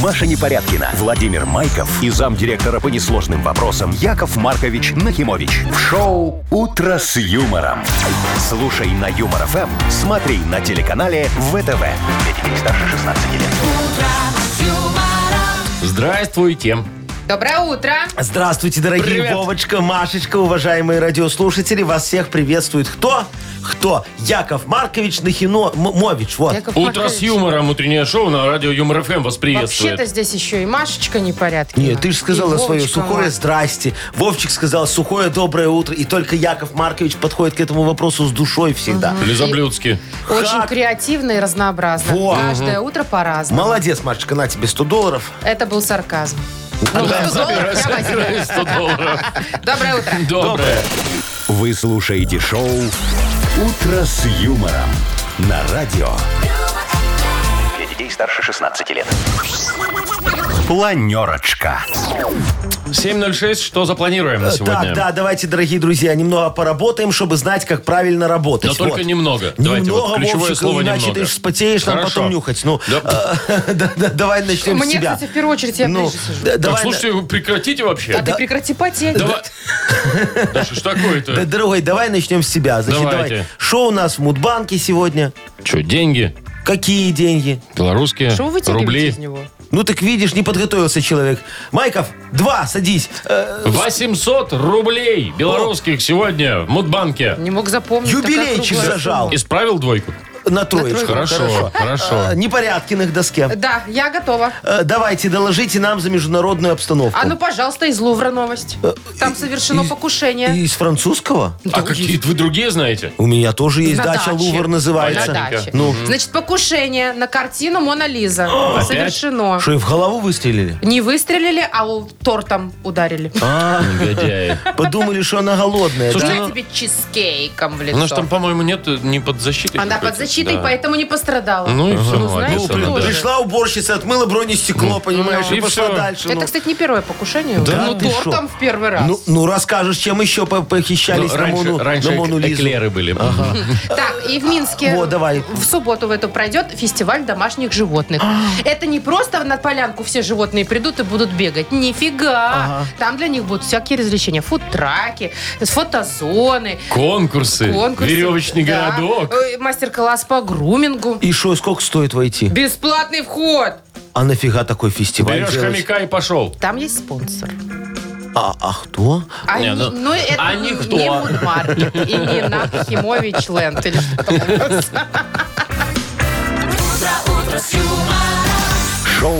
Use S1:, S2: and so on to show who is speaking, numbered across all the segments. S1: Маша Непорядкина, Владимир Майков и замдиректора по несложным вопросам Яков Маркович Нахимович. В шоу «Утро с юмором». Слушай на Юмор ФМ, смотри на телеканале ВТВ. Для детей старше 16 лет.
S2: Здравствуйте.
S3: Доброе утро.
S4: Здравствуйте, дорогие
S2: Привет.
S4: Вовочка, Машечка, уважаемые радиослушатели. Вас всех приветствует кто? Кто? Яков Маркович Нахимович. Вот.
S3: Яков
S2: Утро
S3: Маркович,
S2: с юмором. Утреннее шоу на радио Юмор ФМ вас
S3: Вообще-то
S2: приветствует.
S3: здесь еще и Машечка непорядки.
S4: Нет, ты же сказала свое сухое здрасте. Вовчик сказал сухое доброе утро. И только Яков Маркович подходит к этому вопросу с душой всегда.
S2: Лизоблюдский.
S3: Очень
S4: Как?
S3: креативно и разнообразно.
S4: Во.
S3: Каждое утро по-разному.
S4: Молодец, Машечка, на тебе 100 долларов.
S3: Это был сарказм. Ну,
S2: Да,
S3: 100
S2: забирай,
S3: долларов я возьму.
S2: забирай 100 долларов.
S3: Доброе утро.
S2: Доброе.
S1: Вы слушаете шоу «Утро с юмором» на радио. Для детей старше 16 лет. Планерочка.
S2: 7.06. Что запланируем на
S4: Так, Э, да,
S2: сегодня?
S4: давайте, дорогие друзья, немного поработаем, чтобы знать, как правильно работать.
S2: Но только
S4: Вот.
S2: немного. Давайте вот
S4: немного,
S2: ключевое
S4: Вовчик,
S2: слово
S4: иначе
S2: немного.
S4: ты ж спотеешь, нам
S2: Хорошо.
S4: потом нюхать. Ну,
S2: Да.
S4: э, да, да, давай начнем с
S3: Мне,
S4: тебя.
S3: кстати, в первую очередь я
S4: Ну,
S3: ближе сижу.
S4: да,
S2: Так,
S4: давай,
S2: слушайте, вы прекратите
S3: А
S2: вообще.
S3: ты прекрати потеть.
S2: Давай. Да что ж
S4: да,
S2: такое-то?
S4: дорогой, давай начнем с себя. Значит,
S2: Давайте.
S4: давай. Что у нас в Мудбанке сегодня?
S2: Что, деньги?
S4: Какие деньги?
S2: Белорусские?
S3: Что вы тягаете
S2: Рубли?
S3: из него?
S4: Ну так видишь, не подготовился человек. Майков, два, садись. Э,
S2: 800 рублей белорусских сегодня в Мудбанке.
S3: Не мог запомнить. такая
S4: юбилейчик
S3: круглая
S4: зажал
S2: Исправил двойку?
S4: на троечку.
S2: Хорошо, хорошо.
S4: Э, Непорядкиных доске.
S3: сумма. Да, я готова.
S4: Э, Давайте, доложите нам за международную обстановку.
S3: А ну, пожалуйста, из Лувра новость.
S4: Э,
S3: Там совершено
S4: из-
S3: покушение.
S4: Из французского?
S2: А какие-то вы другие знаете?
S4: У меня тоже есть
S3: На
S4: дача,
S3: даче.
S4: Лувр
S3: На
S4: называется.
S2: Понятненько.
S3: даче.
S4: Ну,
S3: Значит, покушение на картину Мона Лиза совершено.
S4: что, и в голову выстрелили?
S3: Не выстрелили, а у- тортом ударили.
S4: А,
S2: Негодяи.
S4: подумали, что она голодная,
S2: Слушай,
S4: да?
S3: На тебе чизкейком в лицо.
S2: Ну ж там, по-моему, нет, не под защитой.
S3: Она
S2: какой-то.
S3: под защитой,
S2: Да.
S3: поэтому не пострадала.
S2: Ну и все,
S3: Ну, знаете,
S2: молодец она,
S3: тоже.
S2: да.
S4: Пришла уборщица, отмыла бронестекло, понимаешь,
S2: Ну,
S4: и,
S2: и
S4: пошла
S2: всё.
S4: дальше.
S3: Это,
S4: ну.
S3: кстати, не первое покушение.
S4: Да
S3: Ну,
S4: ты
S3: тортом
S4: шо?
S3: в первый раз.
S4: Ну, ну, расскажешь, чем еще по-
S2: Ну,
S4: похищались на
S2: раньше,
S4: Мону,
S2: раньше
S4: на Мону
S2: эк-
S4: Лизу?
S2: эклеры были.
S3: Так, и в Минске
S4: Во, давай.
S3: в субботу в эту пройдет фестиваль домашних животных.
S4: А.
S3: Это не просто на полянку все животные придут и будут бегать. Нифига! Там для них будут всякие развлечения. Фудтраки, фотозоны,
S2: Конкурсы,
S3: конкурсы.
S2: веревочный
S3: Да.
S2: городок.
S3: Э, Мастер-класс по грумингу.
S4: И что, сколько стоит войти?
S3: Бесплатный вход.
S4: А нафига такой фестиваль
S2: Берешь
S4: делать?
S2: хомяка и пошел.
S3: Там есть спонсор.
S4: А, а кто?
S3: А,
S2: Не,
S3: ни-
S2: ну,
S3: ну, это
S2: а
S3: не-
S2: никто.
S3: не Мудмаркет и не Нахимович Ленд. Или А что там у нас.
S1: Шоу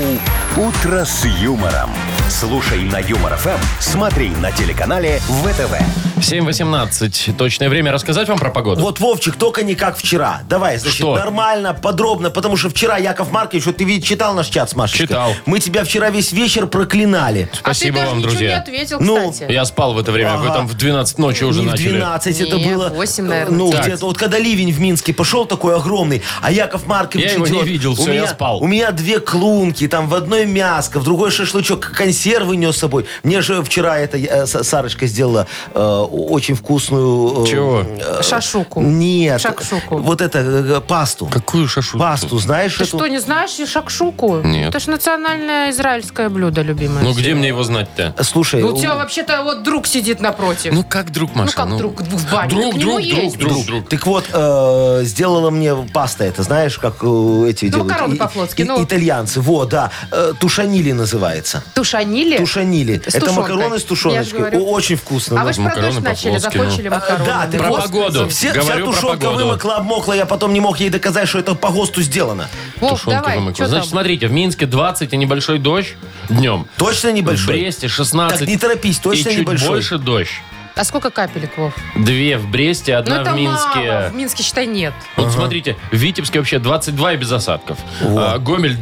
S1: «Утро с юмором». Слушай на Юмор ФМ, смотри на телеканале ВТВ.
S2: 7.18. Точное время рассказать вам про погоду?
S4: Вот, Вовчик, только не как вчера. Давай, значит,
S2: Что?
S4: нормально, подробно, потому что вчера Яков Маркович, вот ты видишь, читал наш чат с Машечкой?
S2: Читал.
S4: Мы тебя вчера весь вечер проклинали.
S3: А ты
S2: Спасибо
S3: даже
S2: вам,
S3: ничего
S2: друзья.
S3: не ответил,
S4: Ну,
S3: кстати.
S2: Я спал в это время, а вы
S4: Ага.
S2: там в 12 ночи уже
S4: не в
S2: начали.
S4: 12 это
S3: Не,
S4: было.
S3: восемь, наверное.
S4: Ну,
S2: Так.
S4: где-то вот когда ливень в Минске пошел такой огромный, а Яков Маркович
S2: Я его не
S4: идет,
S2: видел,
S4: у
S2: всё, я
S4: меня-
S2: спал».
S4: У меня две клунки, там в одной мяско, в другой шашлычок, консервы нес с собой. Мне же вчера это э, Са- Сарочка сделала э, очень вкусную... э,
S2: Чего?
S3: Шашуку.
S4: Нет.
S3: Шакшуку.
S4: Вот это э, пасту.
S2: Какую шашу?
S4: Пасту, знаешь
S3: Ты
S4: эту?
S3: что, не знаешь и шакшуку?
S2: Нет.
S3: Это же национальное израильское блюдо, любимое.
S2: Ну где мне его знать-то?
S4: Слушай,
S3: Ну, у
S4: у-
S3: тебя вообще-то вот друг сидит напротив.
S2: Ну как друг, Маша?
S3: как друг в бане?
S2: Друг,
S3: К нему
S2: друг, друг,
S3: ездить.
S2: друг, друг.
S4: Так вот, э, сделала мне паста это, знаешь, как э, эти делают.
S3: макароны
S4: и-
S3: по-флотски,
S4: и-
S3: ну.
S4: Итальянцы, вот, да. Э, тушанили называется.
S3: Тушанили?
S4: Тушанили.
S3: С
S4: это
S3: тушенкой.
S4: макароны с
S3: Я же
S4: тушеночкой.
S3: говорю.
S4: О, очень вкусно. Э,
S3: А вы же про
S2: макароны
S3: дождь начали,
S2: по-плоски, ну.
S3: закончили макароны.
S4: А, да, ты
S2: Про
S4: вот-
S2: погоду.
S4: Все- вся
S2: Говорю про
S4: тушенка
S2: погоду.
S4: вымокла, обмокла. Я потом не мог ей доказать, что это по ГОСТу сделано.
S3: Вов,
S2: Тушенка
S3: давай,
S2: вымокла.
S3: чё
S2: Значит,
S3: там?
S2: смотрите, в Минске 20 и небольшой дождь днем.
S4: Точно
S2: В
S4: небольшой?
S2: Бресте 16.
S4: Так не торопись, точно
S2: и чуть
S4: небольшой.
S2: больше дождь.
S3: А сколько капелек, Вов?
S2: Две в Бресте,
S3: Ну,
S2: одна
S3: это
S2: в Минске.
S3: мало. В Минске, считай, нет.
S2: Вот смотрите, в Витебске вообще 22 и без осадков. А, Гомель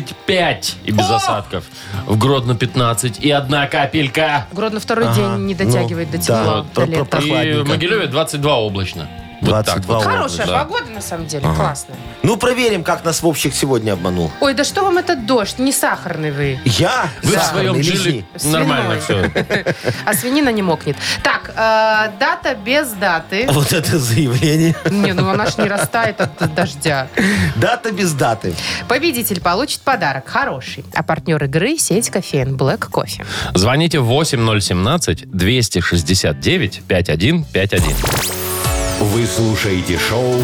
S2: 25 и без осадков. В Гродно 15 и одна капелька. Ну,
S3: Гродно второй день не дотягивает до
S4: да,
S3: тепла,
S4: про-
S3: до лета.
S4: про- про-
S2: И
S4: Прохладненько.
S2: в Могилеве 22 облачно. Вот так
S4: 22
S2: вот.
S4: уровня,
S3: Хорошая
S2: да.
S3: погода, на самом деле, классная.
S4: Ну, проверим, как нас Вовчик сегодня обманул.
S3: Ой, да что вам этот дождь? Не сахарный вы.
S4: Я?
S2: Вы в
S4: Сахарный,
S2: своем
S4: лизни.
S2: жили
S3: Свиной.
S2: нормально все.
S3: А свинина не мокнет. Так, э, дата без даты.
S4: Вот это заявление.
S3: Не, ну она ж не растает от дождя.
S4: Дата без даты.
S3: Победитель получит подарок хороший. А партнер игры – сеть кофеин Black Кофе.
S2: Звоните 8017-269-5151.
S1: Вы слушаете шоу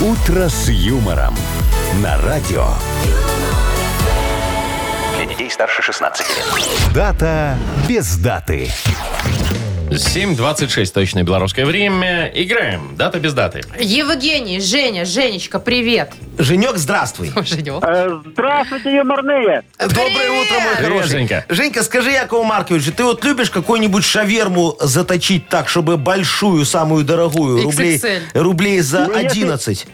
S1: «Утро с юмором» на радио. Для детей старше 16 лет. Дата без даты.
S2: 7.26 точное белорусское время. Играем. Дата без даты.
S3: Евгений, Женя, Женечка, привет.
S4: Женек, здравствуй.
S3: Женек.
S5: Э, Здравствуйте, юморные.
S4: Доброе утро, мой
S3: Привет,
S4: хороший.
S2: Женька.
S4: Женька, скажи, Якову Марковичу, ты вот любишь какую-нибудь шаверму заточить так, чтобы большую, самую дорогую, рублей,
S3: XXL?
S4: рублей за
S5: Ну, если-
S4: 11?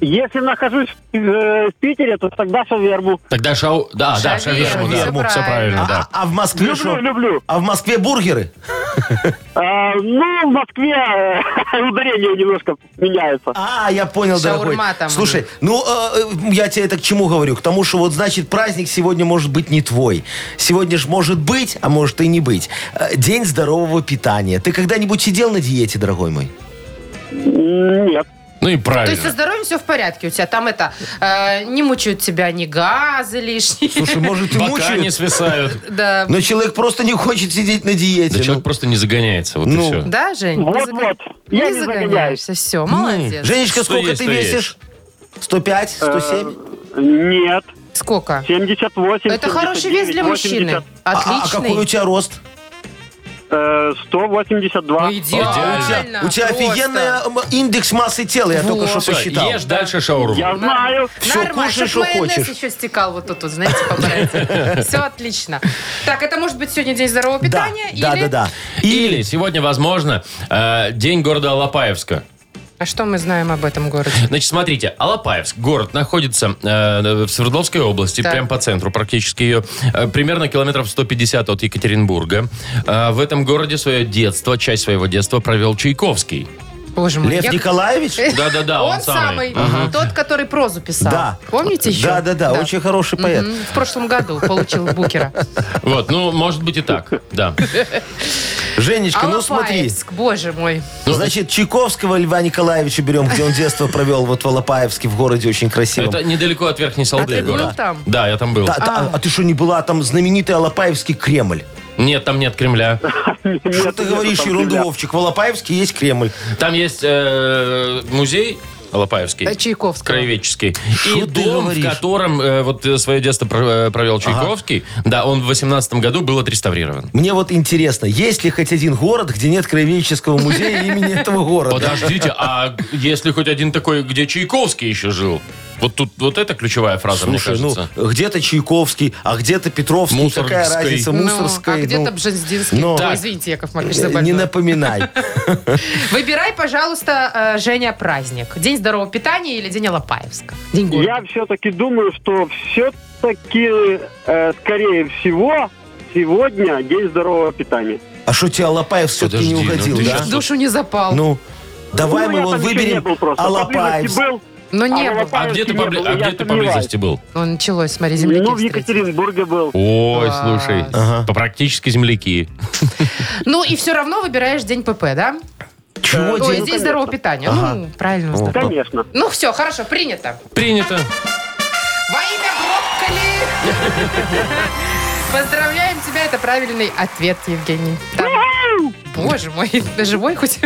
S5: Если нахожусь э, в Питере, то тогда шаверму.
S2: Тогда шау... Да, да,
S3: Шаверму,
S2: шаверму, да.
S3: всё
S2: Все правильно,
S4: А,
S2: да.
S4: а в Москве
S5: Люблю,
S4: что?
S5: люблю.
S4: А в Москве бургеры?
S5: Э, ну, в Москве э, ударение немножко меняется.
S4: А, я понял,
S3: Шаурма
S4: дорогой.
S3: там.
S4: Слушай, ну, э, э, я тебе это к чему говорю? К тому, что вот, значит, праздник сегодня может быть не твой. Сегодня же может быть, а может и не быть. Э, День здорового питания. Ты когда-нибудь сидел на диете, дорогой мой?
S5: М, Нет.
S2: Ну и
S3: То есть со
S2: правильно.
S3: здоровьем все в порядке. У тебя там это, э, не мучают тебя ни газы лишние.
S4: Слушай, может, и
S2: Бока не
S4: мучают,
S2: свисают.
S3: Да.
S4: но человек просто не хочет сидеть на
S2: Да
S4: диете. ну.
S2: человек просто не загоняется, вот и
S4: Ну.
S2: все.
S3: Да, Жень? Не
S5: Вот,
S3: загон-
S5: вот. Я не загоняюсь.
S3: загоняешься. Все,
S4: М,
S3: молодец.
S4: Женечка,
S2: Что
S4: сколько
S2: есть,
S4: ты
S2: то есть.
S4: весишь? 105, 107?
S5: Э, Нет.
S3: Сколько?
S5: 78,
S3: Это хороший вес для
S5: 79,
S3: мужчины.
S5: 80,
S4: А, а какой у
S3: Отличный.
S4: тебя рост?
S5: э, 182.
S3: Ну, идеально.
S4: у
S3: Просто.
S4: тебя офигенный м, индекс массы тела, я только что
S2: Ну, Всё,
S4: посчитал.
S2: ешь дальше шаурму.
S5: Я знаю.
S4: Всё,
S3: Нормально,
S4: кушай,
S3: чтоб
S4: что
S3: майонез
S4: хочешь.
S3: еще стекал вот тут, вот, знаете, по братьям. Все отлично. Так, это может быть сегодня день здорового питания?
S4: да,
S3: или-
S4: да, да.
S2: Или сегодня, возможно, э, день города Алапаевска.
S3: А что мы знаем об этом городе?
S2: Значит, смотрите, Алапаевск, город, находится э, в Свердловской области,
S3: Так.
S2: прям по центру практически ее, э, примерно километров 150 от Екатеринбурга. Э, в этом городе свое детство, часть своего детства провел Чайковский.
S3: Боже мой.
S4: Лев
S3: я- Э,
S4: Николаевич?
S2: Да-да-да, он
S3: Он самый.
S2: самый.
S3: Тот, который прозу писал.
S4: Да.
S3: Помните еще?
S4: Да, да, да, очень хороший поэт.
S3: М, В прошлом году получил Букера.
S2: Вот, ну, может быть и так, да.
S4: Женечка, ну смотри.
S3: Алапаевск, боже мой.
S4: Значит, Чайковского Льва Николаевича берем, где он детство провел, вот в Алапаевске, в городе очень красивом.
S2: Это недалеко от Верхней Салды
S3: А ты был
S2: город.
S3: там?
S2: Да, я там был.
S4: Та- та- а. ты что, не была? Там знаменитый Алапаевский Кремль.
S2: Нет, там нет Кремля.
S4: Что ты говоришь, ерунду, Вовчик? В Алапаевске есть Кремль.
S2: Там есть э, музей Алапаевский.
S3: Э, Чайковского.
S2: Краеведческий.
S4: Что
S2: и
S4: А ты
S2: дом,
S4: говоришь?
S2: в котором э, вот э, свое детство про- э, провел Чайковский, да, он в 18 году был отреставрирован.
S4: Мне вот интересно, есть ли хоть один город, где нет краеведческого музея имени этого города?
S2: Подождите, а если хоть один такой, где Чайковский еще жил? Вот тут вот это ключевая фраза,
S4: Слушай,
S2: мне
S4: ну,
S2: кажется.
S4: где-то Чайковский, а где-то Петровский. Какая
S2: Мусоргской.
S4: разница?
S3: Ну,
S4: Мусорской.
S3: а где-то
S4: ну,
S3: Бжезинский.
S4: ну.
S3: Ой,
S2: Так.
S3: Извините, Яков Маркович, за
S4: э, Не
S3: больное.
S4: напоминай.
S3: Выбирай, пожалуйста, э, Женя, праздник. День здорового питания или День Алапаевска? День города.
S5: Я все-таки думаю, что все-таки, скорее всего, сегодня день здорового питания.
S4: А что тебе Алапаев все-таки не
S2: Подожди, ну
S4: угодил,
S2: ты
S4: да?
S2: щас
S3: В душу не запал. Ну,
S4: А? Ну, давай
S5: Ну,
S4: мы
S5: я
S4: вон
S5: там еще не
S4: выберем
S5: был просто. а
S4: Алапаевск.
S5: Поблизости был.
S3: не
S5: а
S3: было.
S5: Алапаев-
S2: А где ты,
S5: не
S2: побли-
S5: было,
S2: а
S5: я
S2: где ты
S5: сомневаюсь.
S2: поблизости был?
S3: Ну, началось, смотри, земляки
S5: Ну, в
S3: встретились.
S5: Екатеринбурге был.
S2: Ой,
S3: Класс.
S2: слушай,
S4: Ага.
S2: по практически земляки.
S3: Ну, и все равно выбираешь День ПП, да?
S5: Ну,
S4: Чего
S3: Ой,
S4: день?
S3: День здорового питания. Ну, правильно. здорово.
S5: Конечно.
S3: Ну, все, хорошо, принято.
S2: Принято.
S3: Во имя брокколи! Поздравляем тебя, это правильный ответ, Евгений. Там- Боже мой, ты живой хоть?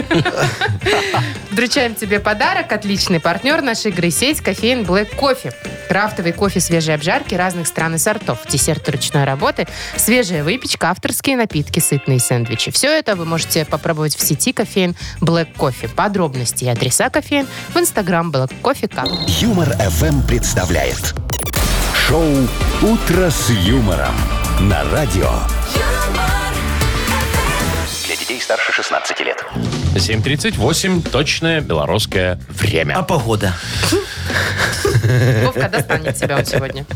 S3: Вручаем тебе подарок. Отличный партнер нашей игры сеть кофеин Black Кофе. Крафтовый кофе свежей обжарки разных стран и сортов, десерты ручной работы, свежая выпечка, авторские напитки, сытные сэндвичи. Все это вы можете попробовать в сети кофеин Black Кофе. Подробности и адреса кофеин в инстаграм Black Кофе Cup.
S1: Юмор FM представляет шоу Утро с юмором на радио. Для детей старше 16 лет.
S2: 7.38, точное белорусское
S4: А
S2: время.
S4: погода?
S3: Вовка, достанет тебя он сегодня.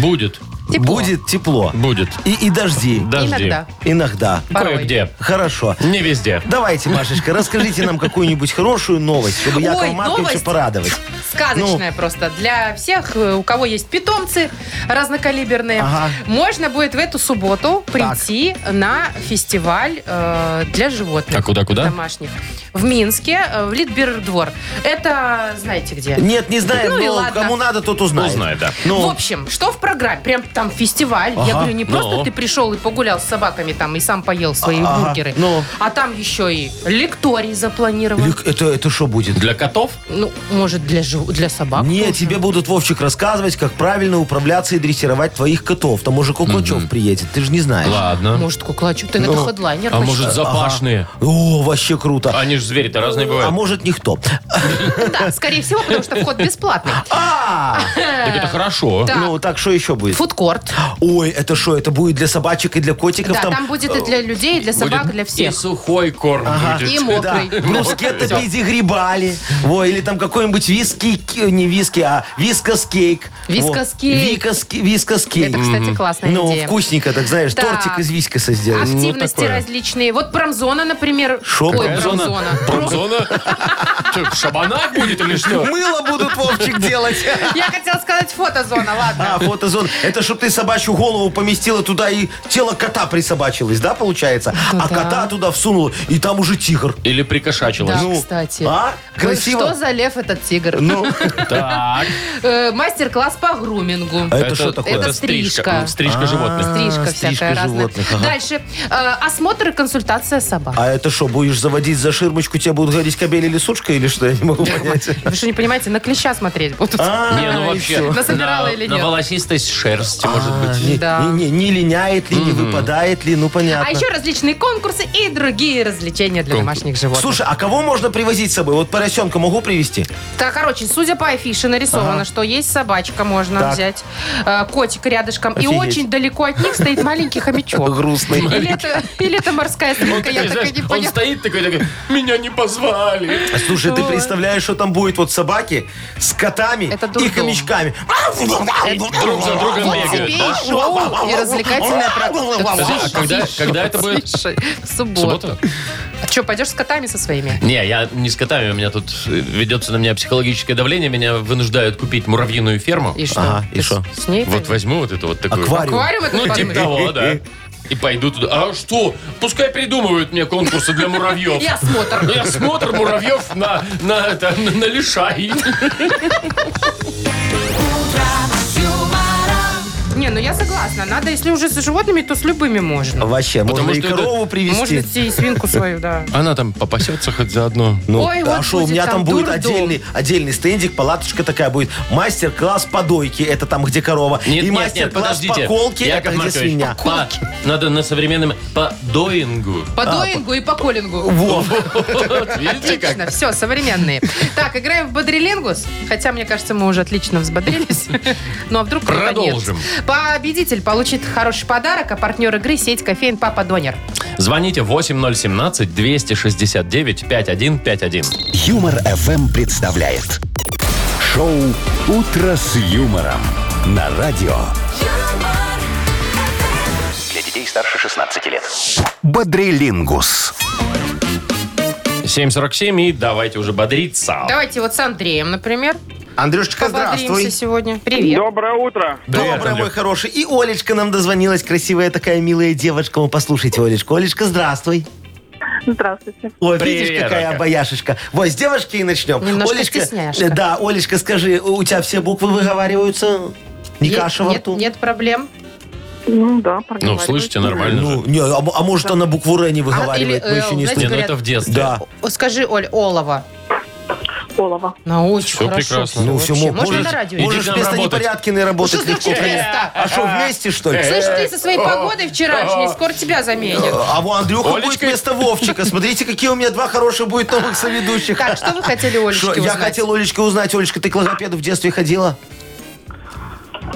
S2: Будет.
S3: Тепло.
S4: Будет тепло.
S2: Будет.
S4: И, и дожди.
S2: Дожди.
S3: Иногда.
S4: Иногда.
S3: Порой.
S2: Кое-где.
S4: Хорошо.
S2: Не везде.
S4: Давайте, Машечка, расскажите нам какую-нибудь хорошую новость, чтобы Якова
S3: Ой,
S4: Марковича
S3: новость.
S4: порадовать. Ну.
S3: Сказочная просто. Для всех, э, у кого есть питомцы разнокалиберные,
S4: Ага.
S3: можно будет в эту субботу прийти на фестиваль э, для животных.
S2: А куда-куда?
S3: Домашних. В Минске, э, в Литбердвор. Это, знаете где?
S4: Нет, не знаем,
S3: Ну и
S4: но
S3: ладно.
S4: кому надо, тот узнает.
S2: Узнает, да.
S4: Ну,
S3: В общем, что в программе? Прям там фестиваль. Я говорю, не просто
S2: Ну.
S3: ты пришел и погулял с собаками там и сам поел свои
S4: Ага,
S3: бургеры,
S4: ну.
S3: а там еще и лекторий запланирован.
S4: Люк, это это что будет?
S2: Для котов?
S3: Ну, может, для, жив- для собак?
S4: Нет,
S3: тоже.
S4: тебе будут, Вовчик, рассказывать, как правильно управляться и дрессировать твоих котов. Там уже Кукачев приедет, ты же не знаешь.
S2: Ладно.
S3: Может, куклачу. Ты
S4: Ну,
S3: это хедлайнер.
S2: А
S3: почти.
S2: может, запашные?
S4: О, вообще круто.
S2: Они же звери-то разные
S4: А
S2: бывают.
S4: может, никто.
S3: Да, скорее всего, потому что вход бесплатный.
S4: А!
S2: Так
S3: э,
S2: это хорошо.
S3: Да.
S4: Ну, так что еще будет?
S3: Фудкорт.
S4: Ой, это что, это будет для собачек и для котиков?
S3: Да, там будет и для людей, и для собак,
S2: Будет
S3: для
S2: И
S3: всех.
S2: сухой корм будет.
S3: И
S4: Да,
S3: мокрый.
S4: брускетто
S3: Всё.
S4: педигрибали. Во, или там какой-нибудь виски, ки- не виски, а вискас кейк. Во,
S3: Вискас-кейк.
S4: викас- Вискас кейк.
S3: Это, кстати, классная
S4: Ну,
S3: идея.
S4: вкусненько, так знаешь,
S3: Так.
S4: тортик из вискаса сделать.
S3: Активности
S2: такое.
S3: различные. Вот промзона, например.
S4: Шо?
S3: Ой,
S4: Какая
S3: промзона.
S2: Промзона? Что, в шабанах будет или что?
S4: Мыло будут Вовчик делать.
S3: Я хотела сказать фотозона, ладно.
S4: А, фотозон. Это чтоб ты собачью голову поместила туда и тело кота присобачилось, да, получается?
S3: Ну Да.
S4: А кота туда всунула, и там уже тигр.
S2: Или прикошачилась?
S3: Да,
S4: ну,
S3: кстати.
S4: а? Красиво.
S3: Ой, Что за лев этот тигр?
S4: Ну,
S2: Так.
S3: Э, Мастер-класс по грумингу.
S4: А это что такое?
S3: Это стрижка.
S2: ну, Стрижка животных.
S3: Стрижка
S4: А, стрижка
S3: всякая разная.
S4: животных, ага.
S3: Дальше. э, Осмотр и консультация собак.
S4: а это что, будешь заводить за ширмочку, тебе будут говорить кобель или сучка, или что? Я не могу понять.
S3: Вы что, не понимаете, на клеща смотреть будут?
S4: А,
S2: Не, ну
S4: и
S2: вообще.
S4: всё.
S3: Насобирала
S2: на-
S3: или
S2: На
S3: нет?
S2: волосистой шерсти, может
S4: А,
S2: быть.
S4: не-
S3: Да.
S4: Не не- не линяет ли, не выпадает ли, ну понятно.
S3: А еще различные конкурсы и другие развлечения для домашних животных.
S4: Слушай, а кого можно привозить с собой? Вот поросенка могу привезти?
S3: Так, короче, судя по афише нарисовано,
S4: Ага.
S3: что есть собачка, можно
S4: Так.
S3: взять, э, котик рядышком. И
S4: Офигеть.
S3: очень далеко от них стоит маленький хомячок.
S4: Грустный.
S3: Или это, или это морская
S2: Он
S3: стрелка,
S2: такой,
S3: я так
S2: знаешь,
S3: и не
S2: он
S3: поняла.
S2: стоит такой, такой, меня не позвали.
S4: А, Слушай, ты представляешь, что там будет вот собаки с котами
S3: Это
S4: и
S3: дурдом.
S4: хомячками.
S2: Друг за другом
S3: Вот
S2: бегают.
S3: тебе
S2: да?
S3: и шоу, и развлекательная программа.
S2: Подожди, а когда, когда это будет?
S3: Слушай, в
S2: В
S3: субботу.
S2: субботу?
S3: А что, пойдешь с котами со своими?
S2: Не, я не с котами, у меня тут э, ведется на меня психологическое давление, меня вынуждают купить муравьиную ферму.
S3: И что?
S4: Ага, и
S3: Ты
S4: шо?
S3: с ней?
S2: Вот возьму вот эту вот такую.
S4: Аквариум.
S3: Аквариум этот
S2: Ну, типа
S3: подумаешь?
S2: того, да. И пойду туда. А что? Пускай придумывают мне конкурсы для муравьев.
S3: И осмотр.
S2: Я смотр муравьев на, на, это, на, на лишай.
S3: Не, ну я согласна. Надо, если уже с животными, то с любыми можно.
S4: Вообще,
S2: Потому
S4: можно и
S2: что это-
S4: корову
S3: Можно
S4: привезти.
S3: идти и свинку свою, да.
S2: Она там попасется хоть заодно.
S4: Ну,
S3: Ой,
S4: а
S3: вот
S4: шо, у
S3: будет
S4: меня там
S3: там
S4: будет
S3: дурдом.
S4: отдельный, отдельный стендик, палаточка такая будет. Мастер-класс по дойке, это там, где корова.
S2: Нет,
S4: и
S2: нет, нет,
S4: мастер-класс по
S2: подождите.
S4: колке, это
S2: Яков
S4: где
S2: Маркович,
S4: свинья.
S2: по- надо на современном... По доингу.
S3: По доингу и по коллингу.
S4: Во.
S2: Вот, видите как?
S3: Отлично, все, современные. Так, играем в бодрилингус. Хотя, мне кажется, мы уже отлично взбодрились. Ну, а вдруг кто-то нет.
S2: Продолжим.
S3: Победитель получит хороший подарок, а партнер игры сеть кофеин Папа Донер.
S2: Звоните 8017-269-5151.
S1: Юмор FM представляет шоу Утро с юмором на радио
S6: юмор,
S7: Для детей старше 16 лет.
S1: Бодрилингус.
S2: 747 и давайте уже бодриться.
S3: Давайте вот с Андреем, например,
S4: Андрюшечка,
S3: пободримся
S4: здравствуй.
S3: сегодня. Привет.
S5: Доброе утро.
S2: Привет,
S4: Доброе,
S2: Андрюх.
S4: мой хороший. И Олечка нам дозвонилась, красивая такая милая девочка. Вы послушайте, Олечку. Олечка, здравствуй.
S8: Здравствуйте.
S4: Ой,
S2: Привет,
S4: видишь, какая
S2: Ольга.
S4: обаяшечка. Вот, с девочки и начнем.
S3: Немножко
S4: Олечка,
S3: стесняшка.
S4: э, Да, Олечка, скажи, у тебя все буквы выговариваются? Не
S3: Е-
S4: каша во
S3: нет,
S4: рту?
S3: нет проблем.
S8: Ну да,
S2: Ну,
S8: проговаривайте.
S2: слышите, нормально же.
S4: Ну, не, а, м- а может, она букву Р не выговаривает,
S3: или,
S4: мы
S3: э,
S4: еще
S3: знаете,
S4: не
S2: Не,
S4: слышали.
S2: ну
S3: говорят-
S2: это в детстве.
S4: Да.
S3: О, Скажи, Оль, олово.
S8: Олова.
S3: На очень
S2: Всё
S3: хорошо.
S2: прекрасно.
S3: всё
S4: Ну, все,
S3: вообще.
S4: можешь,
S3: Можно на
S4: можешь,
S3: радио. Ну,
S2: Идите нам
S4: вместо
S2: работать.
S4: непорядкины
S3: что
S4: работать легко.
S3: значит «Э», вместо?
S4: А что, вместе, что ли?
S3: Слышь, ты со своей погодой вчерашней, скоро тебя заменят.
S4: А вон Андрюха будет
S2: Олечка-
S4: вместо Вовчика. Смотрите, какие у меня два хороших будет новых соведущих.
S3: Так, что вы хотели Олечке
S4: Шо, Я
S3: узнать?
S4: хотел Олечка узнать. Олечка, ты к логопеду в детстве ходила?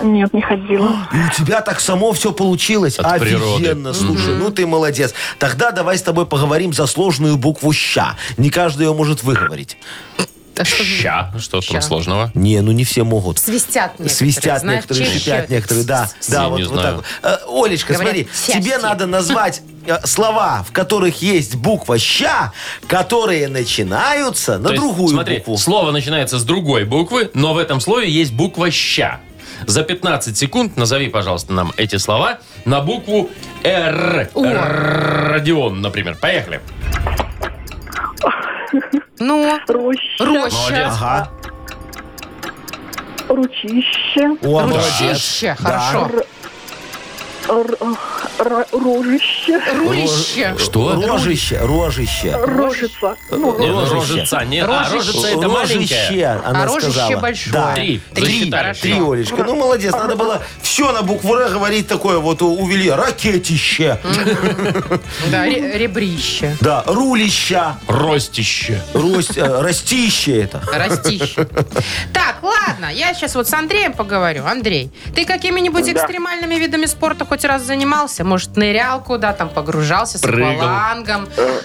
S8: Нет, не ходила.
S4: И у тебя так само все получилось.
S2: От природы.
S4: Офигенно, слушай, ну ты молодец. Тогда давай с тобой поговорим за сложную букву «ща». Не каждый ее может выговорить.
S3: А что-
S2: Ща. Что
S3: Ща.
S2: там сложного?
S4: Не, ну не все могут.
S3: Свистят некоторые.
S4: Свистят
S3: знаешь,
S4: некоторые,
S3: чищут.
S4: шипят некоторые, да.
S2: Я
S4: Да,
S2: не
S4: вот, вот так.
S2: знаю.
S4: вот. Э, Олечка,
S3: Говорят,
S4: смотри,
S3: «Сядьте».
S4: тебе надо назвать э, слова, в которых есть буква «ща», которые начинаются на
S2: То есть,
S4: другую
S2: смотри,
S4: букву.
S2: слово начинается с другой буквы, но в этом слове есть буква «ща». За 15 секунд назови, пожалуйста, нам эти слова на букву «Р».
S3: О.
S2: Р- Родион, например. Поехали.
S3: Ну,
S8: Роща.
S2: Молодец.
S3: роща.
S4: Ага.
S8: Ручище.
S4: О, молодец.
S3: Ручище. Хорошо.
S8: р- р- рожище.
S3: Руище.
S2: Что?
S4: Рожище, рожище.
S8: Рожица. Ну,
S2: Не, ну,
S4: Рожище.
S2: рожица. Не, а,
S3: Рожище.
S2: рожица это
S4: Рожище,
S2: маленькая.
S4: она
S3: А рожище
S4: сказала.
S3: большое.
S4: Да.
S2: Три.
S4: Три,
S2: Засчитали.
S4: три, Олечка. Ну, молодец. Надо было все на букву «Р» говорить такое. Вот у- увели ракетище,
S3: Да, ре- ребрище.
S4: да, рулища,
S2: Ростище.
S4: рость, э, растище это.
S3: Растище. Так, ладно, я сейчас вот с Андреем поговорю. Андрей, ты какими-нибудь
S5: Да.
S3: экстремальными видами спорта хоть раз занимался? Может, нырял куда, там погружался с
S2: Прыгал.
S3: аквалангом?
S5: Э,